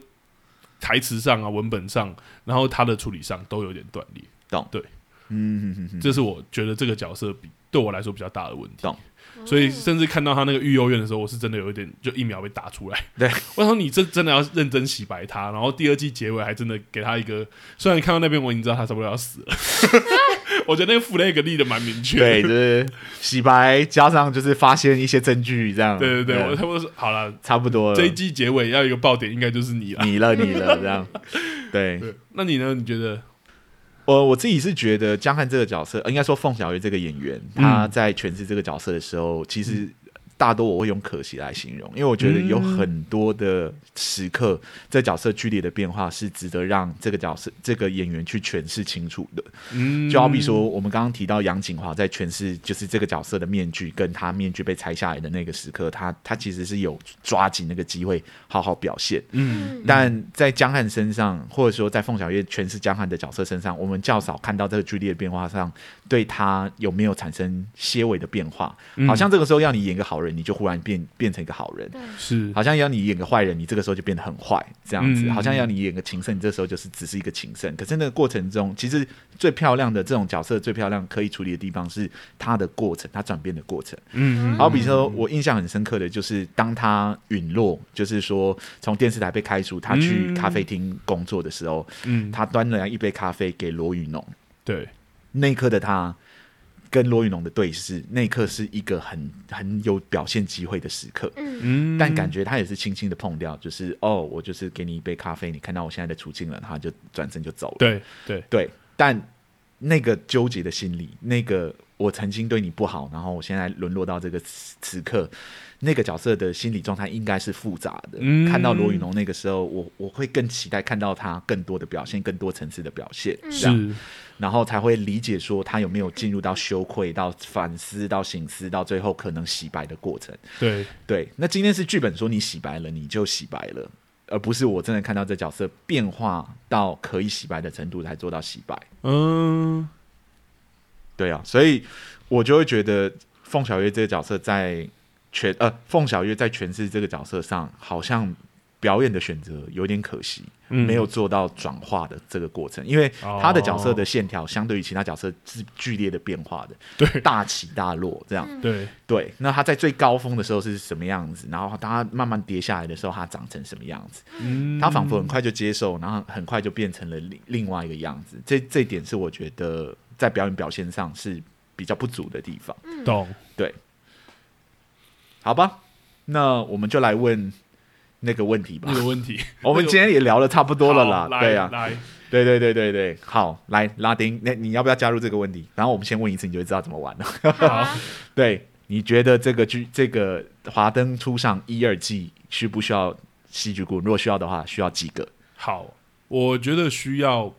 [SPEAKER 1] 台词上啊、文本上，然后他的处理上都有点断裂。
[SPEAKER 2] 嗯嗯嗯，
[SPEAKER 1] 这是我觉得这个角色比对我来说比较大的问题
[SPEAKER 2] 懂。
[SPEAKER 1] 所以甚至看到他那个育幼院的时候，我是真的有一点就一秒被打出来。
[SPEAKER 2] 对，
[SPEAKER 1] 我想说你这真的要认真洗白他，然后第二季结尾还真的给他一个，虽然看到那边我已经知道他差不多要死了， 我觉得那个 flag 立的蛮明确
[SPEAKER 2] 对，
[SPEAKER 1] 的。
[SPEAKER 2] 就是洗白加上就是发现一些证据这样。
[SPEAKER 1] 对对对，我差不多是好了，
[SPEAKER 2] 差不多了。
[SPEAKER 1] 这一季结尾要一个爆点，应该就是你了。
[SPEAKER 2] 你了你了这样。对，
[SPEAKER 1] 对，那你呢？你觉得？
[SPEAKER 2] 呃我我自己是觉得江汉这个角色，呃应该说凤小岳这个演员，他在诠释这个角色的时候，其实大多我会用可惜来形容，因为我觉得有很多的时刻，这角色剧烈的变化是值得让这个角色这个演员去诠释清楚的。
[SPEAKER 1] 嗯，
[SPEAKER 2] 就好比说，我们刚刚提到杨景华在诠释就是这个角色的面具，跟他面具被拆下来的那个时刻，他他其实是有抓紧那个机会好好表现。
[SPEAKER 1] 嗯，
[SPEAKER 2] 但在江汉身上，或者说在凤小岳诠释江汉的角色身上，我们较少看到这个剧烈的变化上，对他有没有产生些微的变化？
[SPEAKER 1] 嗯
[SPEAKER 2] 好像这个时候要你演一个好人，你就忽然变变成一个好人；
[SPEAKER 1] 是
[SPEAKER 2] 好像要你演个坏人，你这个时候就变得很坏，这样子；
[SPEAKER 1] 嗯
[SPEAKER 2] 好像要你演个情圣，你这时候就是只是一个情圣。可是那个过程中，其实最漂亮的这种角色最漂亮可以处理的地方是他的过程，他转变的过程。
[SPEAKER 1] 嗯，
[SPEAKER 2] 好比说，我印象很深刻的就是，当他陨落，就是说从电视台被开除，他去
[SPEAKER 1] 嗯
[SPEAKER 2] 咖啡厅工作的时候，
[SPEAKER 1] 嗯，
[SPEAKER 2] 他端了一杯咖啡给罗宇农。
[SPEAKER 1] 对，
[SPEAKER 2] 那一刻的他跟罗宇农的对视，那一刻是一个很很有表现机会的时刻。
[SPEAKER 4] 嗯，
[SPEAKER 1] 嗯，
[SPEAKER 2] 但感觉他也是轻轻的碰掉，就是哦，我就是给你一杯咖啡，你看到我现在的处境了，他就转身就走了。
[SPEAKER 1] 对对，
[SPEAKER 2] 对，但那个纠结的心理，那个我曾经对你不好，然后我现在沦落到这个此此刻，那个角色的心理状态应该是复杂的。
[SPEAKER 1] 嗯
[SPEAKER 2] 看到罗宇农那个时候，我我会更期待看到他更多的表现，更多层次的表现，这样
[SPEAKER 1] 是，
[SPEAKER 2] 然后才会理解说他有没有进入到羞愧、到反思、到醒思、到最后可能洗白的过程。
[SPEAKER 1] 对，
[SPEAKER 2] 对，那今天是剧本说你洗白了，你就洗白了，而不是我真的看到这角色变化到可以洗白的程度才做到洗白。
[SPEAKER 1] 嗯，
[SPEAKER 2] 对啊，所以我就会觉得凤小岳这个角色在诠呃凤小岳在诠释这个角色上，好像表演的选择有点可惜，
[SPEAKER 1] 嗯哦
[SPEAKER 2] 没有做到转化的这个过程，因为他的角色的线条相对于其他角色是剧烈的变化的，
[SPEAKER 1] 对
[SPEAKER 2] 大起大落这样。
[SPEAKER 1] 对，
[SPEAKER 2] 对，那他在最高峰的时候是什么样子，然后他慢慢跌下来的时候，他长成什么样子？
[SPEAKER 1] 嗯，
[SPEAKER 2] 他仿佛很快就接受，然后很快就变成了另另外一个样子。这这一点是我觉得在表演表现上是比较不足的地方。
[SPEAKER 1] 懂，
[SPEAKER 2] 好吧，那我们就来问那个问题 吧
[SPEAKER 1] 那。个问题
[SPEAKER 2] 我们今天也聊了差不多了啦
[SPEAKER 1] 好，来
[SPEAKER 2] 对呀、啊，
[SPEAKER 1] 来，
[SPEAKER 2] 对对对对对，好，来拉丁，那你要不要加入这个问题？然后我们先问一次，你就会知道怎么玩了。
[SPEAKER 4] 好啊，
[SPEAKER 2] 对，你觉得这个剧这个《华灯初上》一二季需不需要戏剧顾问？如果需要的话，需要几个？
[SPEAKER 1] 好，我觉得需要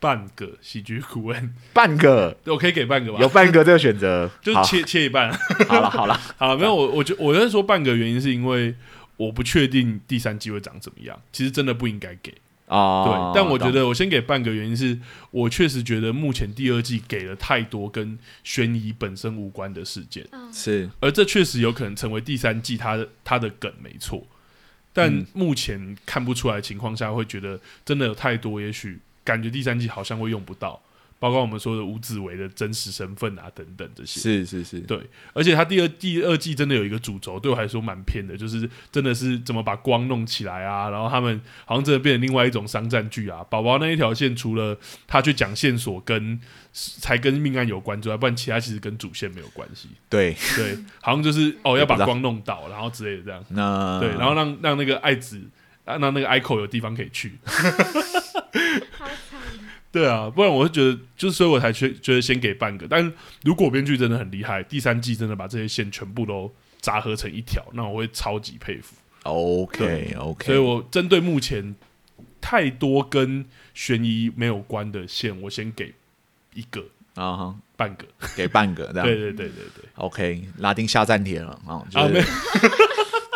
[SPEAKER 1] 半个喜剧顾问，
[SPEAKER 2] 半个，
[SPEAKER 1] 我可以给半个吧
[SPEAKER 2] 有，半个这个选择。
[SPEAKER 1] 就
[SPEAKER 2] 好，
[SPEAKER 1] 切切一半，
[SPEAKER 2] 好了好了，
[SPEAKER 1] 好，没有，我我觉我在说半个原因是因为我不确定第三季会长怎么样，其实真的不应该给。
[SPEAKER 2] 哦
[SPEAKER 1] 对，，但我觉
[SPEAKER 2] 懂
[SPEAKER 1] 得我先给半个原因是，我确实觉得目前第二季给了太多跟悬疑本身无关的事件，
[SPEAKER 4] 嗯
[SPEAKER 2] 是
[SPEAKER 1] 而这确实有可能成为第三季它的它的梗，没错。但
[SPEAKER 2] 嗯
[SPEAKER 1] 目前看不出来的情况下，会觉得真的有太多，也许感觉第三季好像会用不到，包括我们说的吴子维的真实身份啊等等这些。
[SPEAKER 2] 是是是，
[SPEAKER 1] 对，而且他第二第二季真的有一个主轴，对我来说蛮偏的，就是真的是怎么把光弄起来啊，然后他们好像真的变成另外一种商战剧啊。宝宝那一条线，除了他去讲线索跟才跟命案有关之外，不然其他其实跟主线没有关系。
[SPEAKER 2] 对，
[SPEAKER 1] 对，好像就是哦
[SPEAKER 2] 也
[SPEAKER 1] 要
[SPEAKER 2] 不
[SPEAKER 1] 把
[SPEAKER 2] 知道嗯
[SPEAKER 1] 光弄倒，然后之类的这样。
[SPEAKER 2] 那
[SPEAKER 1] 对，然后让让那个爱子，啊让那个 Ico 有地方可以去。
[SPEAKER 4] 好惨，
[SPEAKER 1] 对啊，不然我会觉得，就是所以我才觉觉得先给半个。但如果编剧真的很厉害，第三季真的把这些线全部都杂合成一条，那我会超级佩服。
[SPEAKER 2] OK
[SPEAKER 1] 对
[SPEAKER 2] OK，
[SPEAKER 1] 所以我针对目前太多跟悬疑没有关的线，我先给一个
[SPEAKER 2] 啊哈，
[SPEAKER 1] 半个。
[SPEAKER 2] 给半个这
[SPEAKER 1] 对
[SPEAKER 2] 样。
[SPEAKER 1] 对对对对，
[SPEAKER 2] OK，拉丁下站帖了 啊，
[SPEAKER 1] 啊
[SPEAKER 2] 就
[SPEAKER 1] 没有
[SPEAKER 2] 是。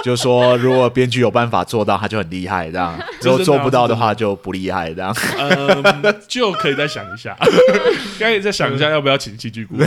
[SPEAKER 2] 就说如果编剧有办法做到，他就很厉害；这样，如果做不到的话，就不厉害；这样。
[SPEAKER 1] 嗯，就可以再想一 下， 可以再想一下要不要请戏剧顾问。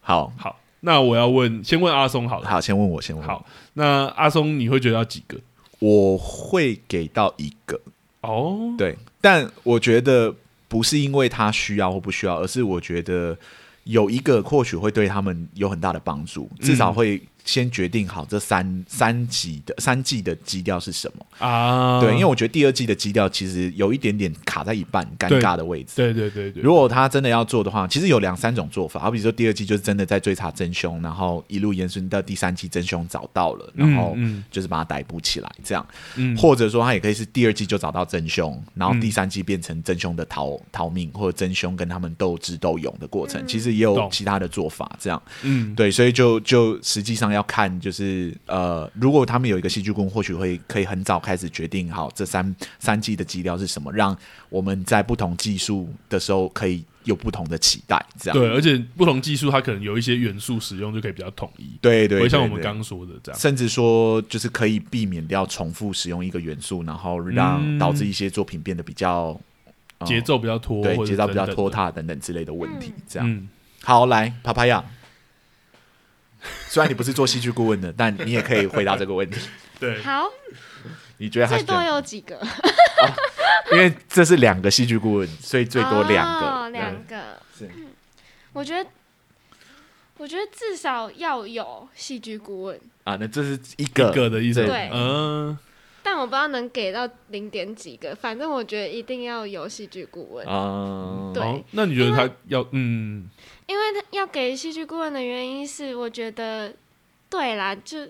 [SPEAKER 2] 好
[SPEAKER 1] 好，那我要问，先问阿松好了。
[SPEAKER 2] 好，先问我，先问我。
[SPEAKER 1] 好，那阿松你会觉得要几个？
[SPEAKER 2] 我会给到一个，
[SPEAKER 1] 哦，
[SPEAKER 2] 对，但我觉得不是因为他需要或不需要，而是我觉得有一个或许会对他们有很大的帮助，至少会先决定好这三三集的三季的基调是什么。
[SPEAKER 1] 啊，
[SPEAKER 2] 对，因为我觉得第二季的基调其实有一点点卡在一半，尴
[SPEAKER 1] 对
[SPEAKER 2] 尬的位置。
[SPEAKER 1] 对对对对，
[SPEAKER 2] 如果他真的要做的话，其实有两三种做法。好比说，第二季就是真的在追查真凶，然后一路延伸到第三季真凶找到了，然后
[SPEAKER 1] 嗯
[SPEAKER 2] 就是把他逮捕起来这样。
[SPEAKER 1] 嗯
[SPEAKER 2] 或者说，他也可以是第二季就找到真凶，然后第三季变成真凶的逃逃命，或者真凶跟他们斗智斗勇的过程。其实也有
[SPEAKER 1] 懂
[SPEAKER 2] 其他的做法这样。
[SPEAKER 1] 嗯，
[SPEAKER 2] 对，所以就就实际上要看，就是呃，如果他们有一个戏剧顾问，或许会可以很早开始决定好这三三季的基调是什么，让我们在不同技术的时候可以有不同的期待，这样
[SPEAKER 1] 对，而且不同技术它可能有一些元素使用就可以比较统一，
[SPEAKER 2] 对对对
[SPEAKER 1] 不会像我们
[SPEAKER 2] 对
[SPEAKER 1] 刚刚说的这样。
[SPEAKER 2] 甚至说就是可以避免掉重复使用一个元素，然后让
[SPEAKER 1] 嗯
[SPEAKER 2] 导致一些作品变得比较、呃
[SPEAKER 1] 节奏比较拖，
[SPEAKER 2] 对
[SPEAKER 1] 或者
[SPEAKER 2] 节奏比较
[SPEAKER 1] 等等的
[SPEAKER 2] 拖。沓等等之类的问题，这样。
[SPEAKER 1] 嗯，
[SPEAKER 2] 好，来，帕帕亚。虽然你不是做戏剧顾问的，但你也可以回答这个问题。
[SPEAKER 1] 对，
[SPEAKER 4] 好，
[SPEAKER 2] 你觉得他
[SPEAKER 4] 最多有几个？
[SPEAKER 2] 因为这是两个戏剧顾问，所以最多两个。
[SPEAKER 4] 哦两、个。嗯我觉得，我觉得至少要有戏剧顾问，
[SPEAKER 2] 啊，那这是一个
[SPEAKER 1] 一个的意思。
[SPEAKER 4] 对
[SPEAKER 1] 嗯，
[SPEAKER 4] 但我不知道能给到零点几个，反正我觉得一定要有戏剧顾问，
[SPEAKER 2] 啊，
[SPEAKER 4] 对
[SPEAKER 1] 好，那你觉得他要嗯
[SPEAKER 4] 因为他要给戏剧顾问的原因是，我觉得对啦，就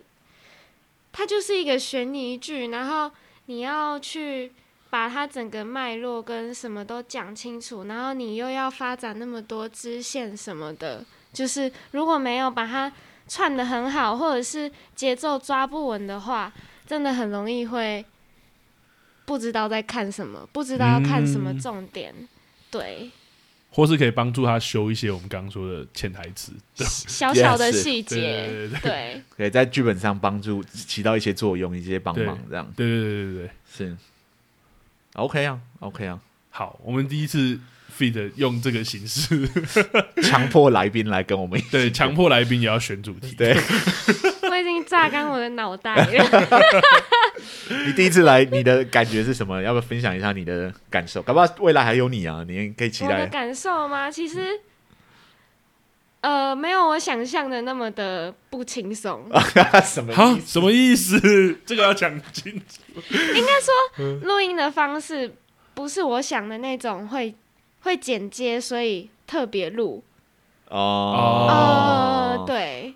[SPEAKER 4] 它就是一个悬疑剧，然后你要去把它整个脉络跟什么都讲清楚，然后你又要发展那么多支线什么的，就是如果没有把它串的很好，或者是节奏抓不稳的话，真的很容易会不知道在看什么，不知道要看什么
[SPEAKER 1] 嗯
[SPEAKER 4] 重点，对。
[SPEAKER 1] 或是可以帮助他修一些我们刚刚说的潜台词。
[SPEAKER 4] 小小的
[SPEAKER 2] Yes，
[SPEAKER 4] 细
[SPEAKER 1] 对对
[SPEAKER 4] 节，
[SPEAKER 1] 对对
[SPEAKER 4] 对，
[SPEAKER 2] 可以在剧本上帮助起到一些作用，一些帮忙，这样
[SPEAKER 1] 对对对对对。
[SPEAKER 2] 是 OK 啊，OK 啊，
[SPEAKER 1] 好，我们第一次 feed 用这个形式，
[SPEAKER 2] 强迫来宾来跟我们一起
[SPEAKER 1] 对，强迫来宾也要选主题。
[SPEAKER 2] 对
[SPEAKER 4] 我已经榨干我的脑袋了。
[SPEAKER 2] 你第一次来，你的感觉是什么？要不要分享一下你的感受？搞不好未来还有你啊，你也可以 期
[SPEAKER 4] 我的
[SPEAKER 2] 待。
[SPEAKER 4] 感受吗？其实，呃，没有我想象的那么的不轻松。
[SPEAKER 2] 啊 什么
[SPEAKER 1] 好
[SPEAKER 2] 意，思？
[SPEAKER 1] 什么意思？ 这个要讲清楚。
[SPEAKER 4] 录音的方式不是我想的那种会会剪接，所以特别录。
[SPEAKER 2] 哦
[SPEAKER 4] 呃，，对。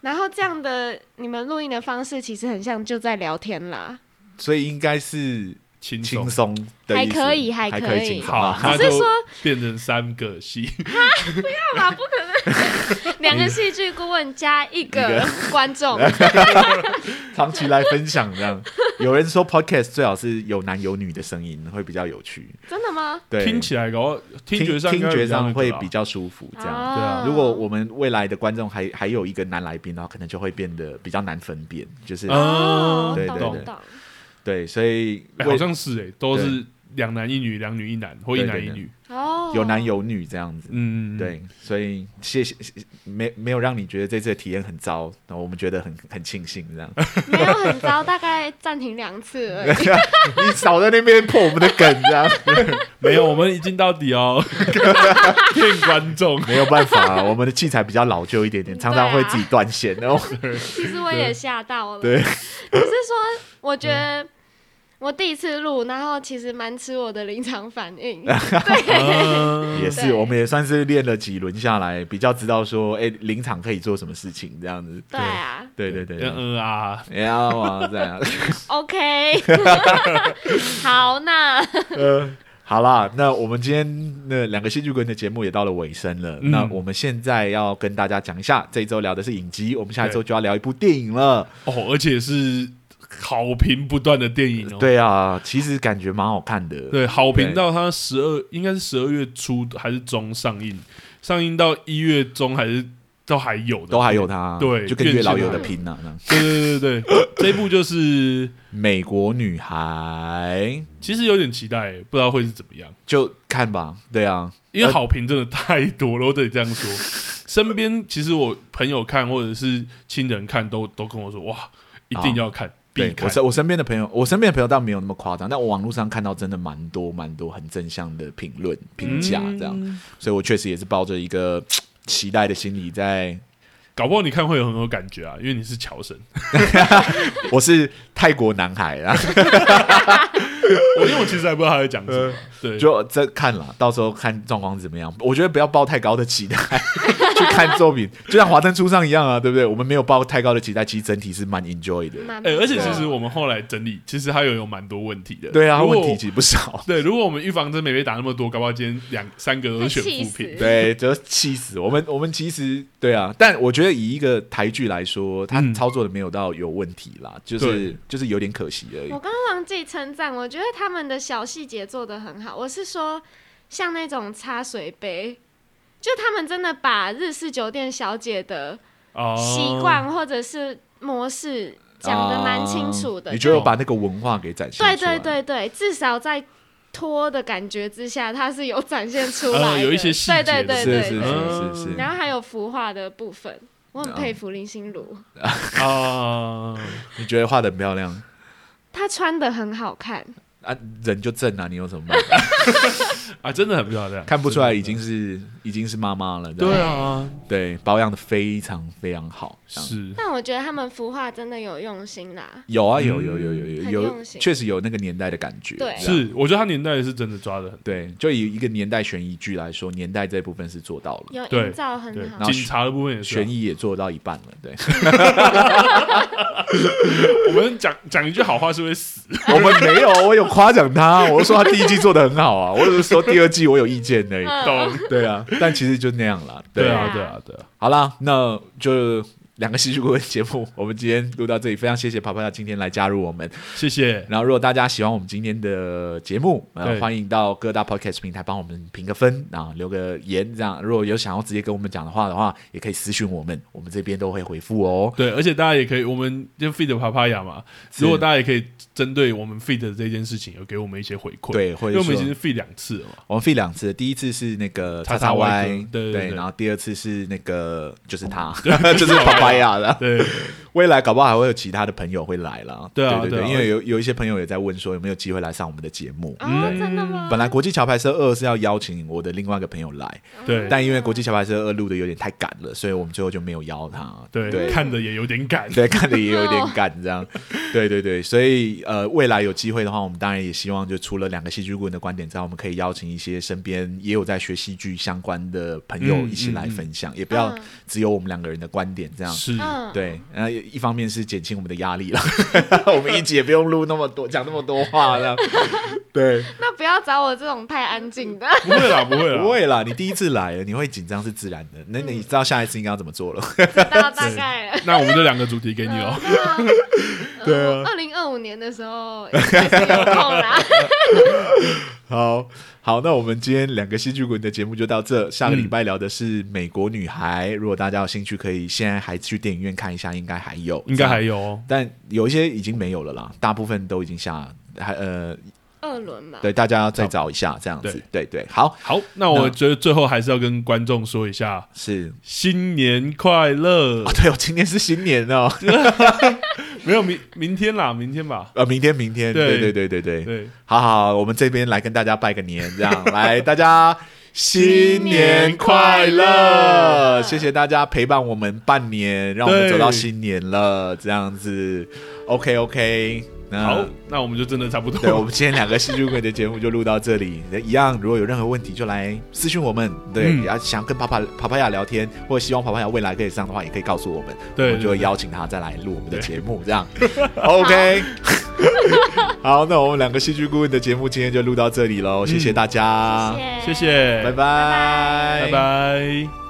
[SPEAKER 4] 然后这样的你们录音的方式其实很像就在聊天啦，
[SPEAKER 2] 所以应该是
[SPEAKER 1] 轻松
[SPEAKER 2] 轻，松的意思，
[SPEAKER 4] 还可以还
[SPEAKER 2] 还
[SPEAKER 4] 可以
[SPEAKER 2] 轻松
[SPEAKER 1] 好
[SPEAKER 2] 啊，，
[SPEAKER 1] 那
[SPEAKER 4] 只是
[SPEAKER 1] 就
[SPEAKER 4] 说
[SPEAKER 1] 变成三个系，
[SPEAKER 4] 两个戏剧顾问加一
[SPEAKER 2] 一
[SPEAKER 4] 个 观众，
[SPEAKER 2] 长期来分享这样。有人说 podcast 最好是有男有女的声音会比较有趣，
[SPEAKER 4] 真的吗？
[SPEAKER 2] 对，
[SPEAKER 1] 听起来搞不好听
[SPEAKER 2] 听
[SPEAKER 1] 觉上
[SPEAKER 2] 听
[SPEAKER 1] 应该
[SPEAKER 2] 觉
[SPEAKER 1] 那
[SPEAKER 2] 上
[SPEAKER 1] 个
[SPEAKER 2] 会
[SPEAKER 1] 吧
[SPEAKER 2] 比较舒服这样。
[SPEAKER 4] 哦
[SPEAKER 1] 对啊
[SPEAKER 2] 如果我们未来的观众还还有一个男来宾的话，可能就会变得比较难分辨，就是、
[SPEAKER 1] 啊
[SPEAKER 4] 哦，
[SPEAKER 2] 对
[SPEAKER 4] 懂
[SPEAKER 2] 对
[SPEAKER 1] 对
[SPEAKER 4] 懂。
[SPEAKER 2] 对，所以
[SPEAKER 1] 哎好像是哎、都是两男一女，两女一男，或一
[SPEAKER 2] 对对
[SPEAKER 1] 男一
[SPEAKER 2] 对
[SPEAKER 1] 女。
[SPEAKER 4] 哦，
[SPEAKER 2] 有男有女这样子。
[SPEAKER 1] 嗯，
[SPEAKER 2] 对，所以谢谢，谢没没有让你觉得这次的体验很糟，然后我们觉得很很庆幸这样。
[SPEAKER 4] 没有很糟，大概暂停两次而 已。
[SPEAKER 2] 你少在那边破我们的梗这样，
[SPEAKER 1] 没有，我们一镜到底 哦，骗观众。
[SPEAKER 2] 没有办法、啊我们的器材比较老旧一点点，常常会自己断线，然后
[SPEAKER 4] 其实我也吓到了，
[SPEAKER 2] 对嗯
[SPEAKER 4] 只是说我觉得我第一次录，然后其实蛮吃我的临场反 应。
[SPEAKER 1] 嗯
[SPEAKER 2] 也是，
[SPEAKER 4] 对
[SPEAKER 2] 我们也算是练了几轮下来，比较知道说，哎、临场可以做什么事情这样子。
[SPEAKER 4] 对啊
[SPEAKER 2] 对对对对，
[SPEAKER 1] 嗯啊，
[SPEAKER 2] 哎呀哇，这样，
[SPEAKER 4] ，OK，好，那
[SPEAKER 2] 呃，好啦，那我们今天那两个戏剧顾问的节目也到了尾声了，
[SPEAKER 1] 嗯
[SPEAKER 2] 那我们现在要跟大家讲一下，这一周聊的是影集，我们下一周就要聊一部电影了。
[SPEAKER 1] 哦，而且是好评不断的电影哦。
[SPEAKER 2] 对啊，其实感觉蛮好看的。
[SPEAKER 1] 对，好
[SPEAKER 2] 对
[SPEAKER 1] 评到它十二，应该是十二月初还是中上映，上映到一月中还是都还有的，
[SPEAKER 2] 都还有它，
[SPEAKER 1] 对
[SPEAKER 2] 就跟月老有的
[SPEAKER 4] 院线
[SPEAKER 2] 拼呐、啊。
[SPEAKER 1] 对。对对对对，这部就是
[SPEAKER 2] 美国女孩
[SPEAKER 1] 其实有点期待，不知道会是怎么样。
[SPEAKER 2] 就看吧，对啊，
[SPEAKER 1] 因为好评真的太多了，我得这样说。身边其实我朋友看或者是亲人看都都跟我说，哇，一定要看，必
[SPEAKER 2] 啊对，我
[SPEAKER 1] 看。
[SPEAKER 2] 身我身边的朋友，我身边的朋友倒没有那么夸张，但我网络上看到真的蛮多蛮多很正向的评论评价这样，
[SPEAKER 1] 嗯
[SPEAKER 2] 所以我确实也是抱着一个嘖期待的心理在，
[SPEAKER 1] 搞不好你看会有很有感觉啊，因为你是乔神。
[SPEAKER 2] 我是泰国男孩啊，
[SPEAKER 1] 我因为我其实还不知道他在讲什么，对，
[SPEAKER 2] 呃就这看了，到时候看状况是怎么样，我觉得不要抱太高的期待 去看作品，就像华灯初上一样啊，对不对？我们没有抱太高的期待，其实整体是蛮 enjoy 的，
[SPEAKER 4] 蛮不
[SPEAKER 1] 哎、
[SPEAKER 4] 错
[SPEAKER 1] 而且其实我们后来整理，其实还有有蛮多问题的。
[SPEAKER 2] 对啊，
[SPEAKER 1] 如果
[SPEAKER 2] 问题其实不少。
[SPEAKER 1] 对，如果我们预防针没被打那么多，搞不好今天两三个都选
[SPEAKER 4] 气
[SPEAKER 1] 副
[SPEAKER 4] 死
[SPEAKER 1] 品。
[SPEAKER 2] 对，就气死我们。我们其实对啊，但我觉得以一个台剧来说，他
[SPEAKER 1] 嗯
[SPEAKER 2] 操作的没有到有问题啦，就是就是有点可惜而已
[SPEAKER 4] 我。刚刚忘记称赞，我觉得他们的小细节做得很好。我是说，像那种擦水杯，就他们真的把日式酒店小姐的
[SPEAKER 1] 哦，
[SPEAKER 4] 习惯或者是模式讲得蛮清楚的。
[SPEAKER 1] 哦
[SPEAKER 2] 啊你就有
[SPEAKER 4] 对
[SPEAKER 2] 把那个文化给展现
[SPEAKER 4] 对
[SPEAKER 2] 出来
[SPEAKER 4] 对，对对，至少在拖的感觉之下，它是有展现出来 的，
[SPEAKER 1] 呃有一些细节
[SPEAKER 4] 对
[SPEAKER 1] 的
[SPEAKER 4] 对对
[SPEAKER 2] 是
[SPEAKER 4] 对
[SPEAKER 2] 是
[SPEAKER 4] 对
[SPEAKER 1] 嗯
[SPEAKER 2] 是是是。
[SPEAKER 4] 然后还有服化的部分，我很佩服林心如，
[SPEAKER 1] 啊，
[SPEAKER 2] 你觉得画的很漂亮
[SPEAKER 4] 她穿的很好看。
[SPEAKER 2] 啊，人就正啊，你有什么办 法？
[SPEAKER 1] 啊，真的很漂亮，
[SPEAKER 2] 看不出来已经是已经是妈妈了，这样
[SPEAKER 1] 对啊，
[SPEAKER 4] 嗯
[SPEAKER 2] 对，保养的非常非常好，这样
[SPEAKER 1] 是
[SPEAKER 4] 但我觉得他们服化真的有用心啦。
[SPEAKER 2] 有啊有有有有有
[SPEAKER 4] 嗯很
[SPEAKER 2] 有，
[SPEAKER 4] 用心
[SPEAKER 2] 确实有那个年代的感觉，
[SPEAKER 4] 对
[SPEAKER 2] 这样
[SPEAKER 1] 是，我觉得他年代是真的抓的很
[SPEAKER 2] 对，就以一个年代悬疑剧来说，年代这部分是做到了。
[SPEAKER 4] 有
[SPEAKER 1] 对
[SPEAKER 4] 营造
[SPEAKER 1] 对
[SPEAKER 4] 很，好，
[SPEAKER 1] 警察的部分也是啊、
[SPEAKER 2] 悬疑也做到一半了， 对，
[SPEAKER 1] 我们讲讲一句好话是会死，
[SPEAKER 2] 我们没有，我有夸奖他，我说他第一季做的很好啊，我只是说第二季我有意见而已，
[SPEAKER 4] 嗯
[SPEAKER 1] 懂？
[SPEAKER 2] 对啊，但其实就那样啦，
[SPEAKER 1] 对
[SPEAKER 2] 对
[SPEAKER 1] 啊，
[SPEAKER 4] 啊
[SPEAKER 1] 对啊，对啊，
[SPEAKER 2] 好啦，那就两个戏剧顾问节目，我们今天录到这里，非常谢谢帕帕亚今天来加入我们，
[SPEAKER 1] 谢谢，
[SPEAKER 2] 然后，如果大家喜欢我们今天的节目，呃
[SPEAKER 1] 对，
[SPEAKER 2] 欢迎到各大 podcast 平台帮我们评个分，然后留个言，这样如果有想要直接跟我们讲的话的话，也可以私讯我们，我们这边都会回复哦。
[SPEAKER 1] 对，而且大家也可以，我们就 feed 啪啪呀嘛，
[SPEAKER 2] 是
[SPEAKER 1] 如果大家也可以针对我们 feed 的这件事情，有给我们一些回馈，，
[SPEAKER 2] 对，或
[SPEAKER 1] 因为
[SPEAKER 2] 者
[SPEAKER 1] 我
[SPEAKER 2] 说
[SPEAKER 1] 们已经是 feed 两次了嘛，
[SPEAKER 2] 我们 feed 两次，第一次是那个
[SPEAKER 1] 叉叉
[SPEAKER 2] 叉叉
[SPEAKER 1] Y
[SPEAKER 2] Y，
[SPEAKER 1] 哥对对对
[SPEAKER 2] 然后第二次是那个就是他，
[SPEAKER 1] 对
[SPEAKER 2] 就是帕帕亚的。
[SPEAKER 1] 对，
[SPEAKER 2] 未来搞不好还会有其他的朋友会来啦。
[SPEAKER 1] 对啊
[SPEAKER 2] 对
[SPEAKER 1] 对啊
[SPEAKER 2] 因为有有一些朋友也在问说有没有机会来上我们的节目。
[SPEAKER 1] 嗯
[SPEAKER 4] 哦，真的吗？
[SPEAKER 2] 嗯本来国际桥牌社二是要邀请我的另外一个朋友来，
[SPEAKER 1] 对，
[SPEAKER 2] 但因为国际小白车二录的有点太赶了，所以我们最后就没有邀他。
[SPEAKER 1] 对，
[SPEAKER 2] 对
[SPEAKER 1] 看的也有点赶，
[SPEAKER 2] 对，看的也有点赶，这样。对对对，所以呃，未来有机会的话，我们当然也希望，就除了两个戏剧顾问的观点之外，我们可以邀请一些身边也有在学戏剧相关的朋友
[SPEAKER 1] 嗯
[SPEAKER 2] 一起来
[SPEAKER 1] 嗯
[SPEAKER 2] 分享，也不要
[SPEAKER 4] 嗯
[SPEAKER 2] 只有我们两个人的观点这样。
[SPEAKER 1] 是，
[SPEAKER 4] 嗯，
[SPEAKER 2] 对，然后也一方面是减轻我们的压力了， 我们一集也不用录那么多，讲那么多话这样。对，
[SPEAKER 4] 那不要找我这种太安 静的。
[SPEAKER 1] 不会啦，不会啦，
[SPEAKER 2] 不会啦，你第一次来了，你会紧张是自然的。那你知道下一次应该要怎么做了？
[SPEAKER 4] 大大概了。
[SPEAKER 1] 那我们就两个主题给你 哦。
[SPEAKER 2] 啊
[SPEAKER 4] 对哦二零二五年的时候应该是有 空啦，
[SPEAKER 2] 好好，那我们今天两个戏剧滚的节目就到这。下个礼拜聊的是《美国女孩》如果大家有兴趣，可以现在还去电影院看一下，应该还有，
[SPEAKER 1] 应该还有哦。
[SPEAKER 2] 但有一些已经没有了啦，大部分都已经下，还呃，
[SPEAKER 4] 二轮嘛。
[SPEAKER 2] 对，大家要再找一下这样子。对对，好，
[SPEAKER 1] 好，那我觉得最后还是要跟观众说一下
[SPEAKER 2] 是
[SPEAKER 1] 新年快乐
[SPEAKER 2] 哦，。对哦，今天是新年哦，
[SPEAKER 1] 没有明明天啦，明天吧。
[SPEAKER 2] 呃，明天明天，
[SPEAKER 1] 对
[SPEAKER 2] 对对对对对，
[SPEAKER 1] 对，
[SPEAKER 2] 好好，好我们这边来跟大家拜个年，这样来大家。新年快
[SPEAKER 4] 新年
[SPEAKER 2] 乐！
[SPEAKER 4] 快乐
[SPEAKER 2] 谢谢大家陪伴我们半年，让我们
[SPEAKER 1] 对
[SPEAKER 2] 走到新年了，这样子，OK OK。那
[SPEAKER 1] 好，那我们就真的差不
[SPEAKER 2] 嗯 对我
[SPEAKER 1] 多。
[SPEAKER 2] 们今天两个戏剧鬼的节目就录到这里。那一样，如果有任何问题就来私讯我们，对，
[SPEAKER 1] 嗯
[SPEAKER 2] 也要想跟帕帕帕帕亚聊天，或者希望帕帕亚未来可以上的话，也可以告诉我们，
[SPEAKER 1] 对
[SPEAKER 2] 我们就会
[SPEAKER 1] 对对
[SPEAKER 2] 邀请他再来录我们的
[SPEAKER 1] 对
[SPEAKER 2] 节目， 这样，OK。好，那我们两个戏剧顾问的节目今天就录到这里喽，谢谢大家，
[SPEAKER 1] 谢谢，
[SPEAKER 2] 拜
[SPEAKER 1] 嗯
[SPEAKER 2] 拜，
[SPEAKER 1] 拜拜。